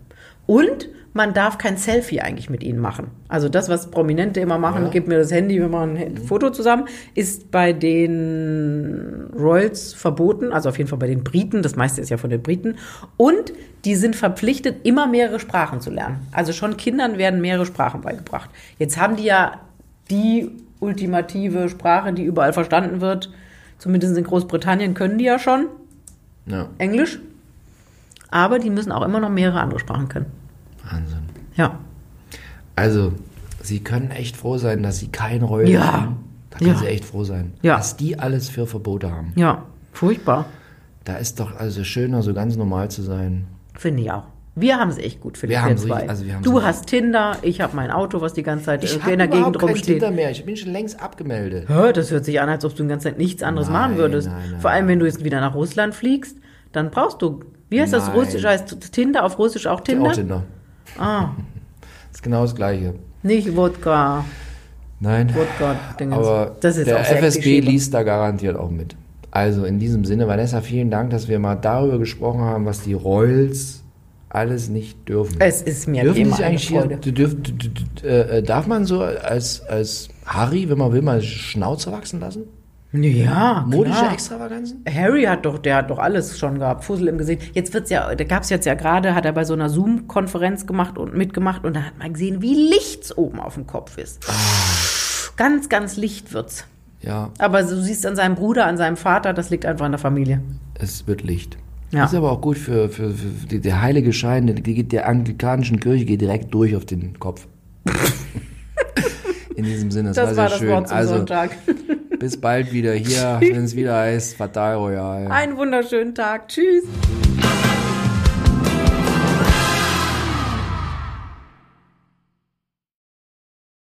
Speaker 1: Und man darf kein Selfie eigentlich mit ihnen machen. Also das, was Prominente immer machen,
Speaker 2: Ja.
Speaker 1: gib mir das Handy, wir machen ein Foto zusammen, ist bei den Royals verboten, also auf jeden Fall bei den Briten, das meiste ist ja von den Briten. Und die sind verpflichtet, immer mehrere Sprachen zu lernen. Also schon Kindern werden mehrere Sprachen beigebracht. Jetzt haben die ja die ultimative Sprache, die überall verstanden wird. Zumindest in Großbritannien können die ja schon.
Speaker 2: Ja,
Speaker 1: Englisch. Aber die müssen auch immer noch mehrere andere Sprachen können.
Speaker 2: Wahnsinn.
Speaker 1: Ja.
Speaker 2: Also, sie können echt froh sein, dass sie kein Reul
Speaker 1: Ja.
Speaker 2: haben. Da können
Speaker 1: Ja.
Speaker 2: sie echt froh sein.
Speaker 1: Ja.
Speaker 2: Was die alles für Verbote haben.
Speaker 1: Ja. Furchtbar.
Speaker 2: Da ist doch also schöner, so ganz normal zu sein.
Speaker 1: Finde ich auch. Wir haben es echt gut, Philipp.
Speaker 2: Wir haben's
Speaker 1: zwei.
Speaker 2: richtig- also wir haben's
Speaker 1: du
Speaker 2: richtig.
Speaker 1: hast Tinder, ich habe mein Auto, was die ganze Zeit
Speaker 2: Ich
Speaker 1: irgendwie
Speaker 2: habe
Speaker 1: in der Gegend
Speaker 2: überhaupt kein
Speaker 1: rumsteht.
Speaker 2: Tinder mehr. Ich bin schon längst abgemeldet.
Speaker 1: Hä, das hört sich an, als ob du die ganze Zeit nichts anderes
Speaker 2: Nein,
Speaker 1: machen würdest.
Speaker 2: nein, nein,
Speaker 1: Vor allem, wenn du jetzt wieder nach Russland fliegst, dann brauchst du. Wie heißt das
Speaker 2: Nein.
Speaker 1: Russisch? Heißt Tinder auf Russisch auch Tinder?
Speaker 2: Auch Tinder.
Speaker 1: Ah,
Speaker 2: Ist genau das Gleiche.
Speaker 1: nicht Wodka.
Speaker 2: Nein.
Speaker 1: Wodka. Dingens.
Speaker 2: Aber
Speaker 1: das ist
Speaker 2: der
Speaker 1: auch sehr
Speaker 2: FSB
Speaker 1: klischee. ne?
Speaker 2: liest da garantiert auch mit. Also in diesem Sinne, Vanessa, vielen Dank, dass wir mal darüber gesprochen haben, was die Royals alles nicht dürfen.
Speaker 1: Es ist mir
Speaker 2: Dürfen die
Speaker 1: immer
Speaker 2: sich
Speaker 1: eine
Speaker 2: eigentlich hier,
Speaker 1: Freude.
Speaker 2: d- dürf, d- d- d- äh, äh, darf man so als, als Harry, wenn man will, mal Schnauze wachsen lassen? Äh,
Speaker 1: Ja,
Speaker 2: Modische
Speaker 1: klar.
Speaker 2: Extravaganzen?
Speaker 1: Harry hat doch, der hat doch alles schon gehabt, Fussel im Gesicht. Jetzt wird's ja, da gab's jetzt ja gerade, hat er bei so einer Zoom-Konferenz gemacht und mitgemacht und da hat man gesehen, wie licht's oben auf dem Kopf ist. Ganz, ganz licht wird's.
Speaker 2: Ja,
Speaker 1: Aber du siehst an seinem Bruder, an seinem Vater, das liegt einfach an der Familie.
Speaker 2: es wird Licht.
Speaker 1: Ja.
Speaker 2: Ist aber auch gut für, für, für die, der heilige Schein, der, die geht der anglikanischen Kirche geht direkt durch auf den Kopf. In diesem Sinne, es
Speaker 1: Das,
Speaker 2: war sehr
Speaker 1: war das
Speaker 2: schön.
Speaker 1: Wort zum
Speaker 2: also,
Speaker 1: Sonntag.
Speaker 2: bis bald wieder hier, wenn es wieder heißt, Fatal Royal.
Speaker 1: Einen wunderschönen Tag. Tschüss.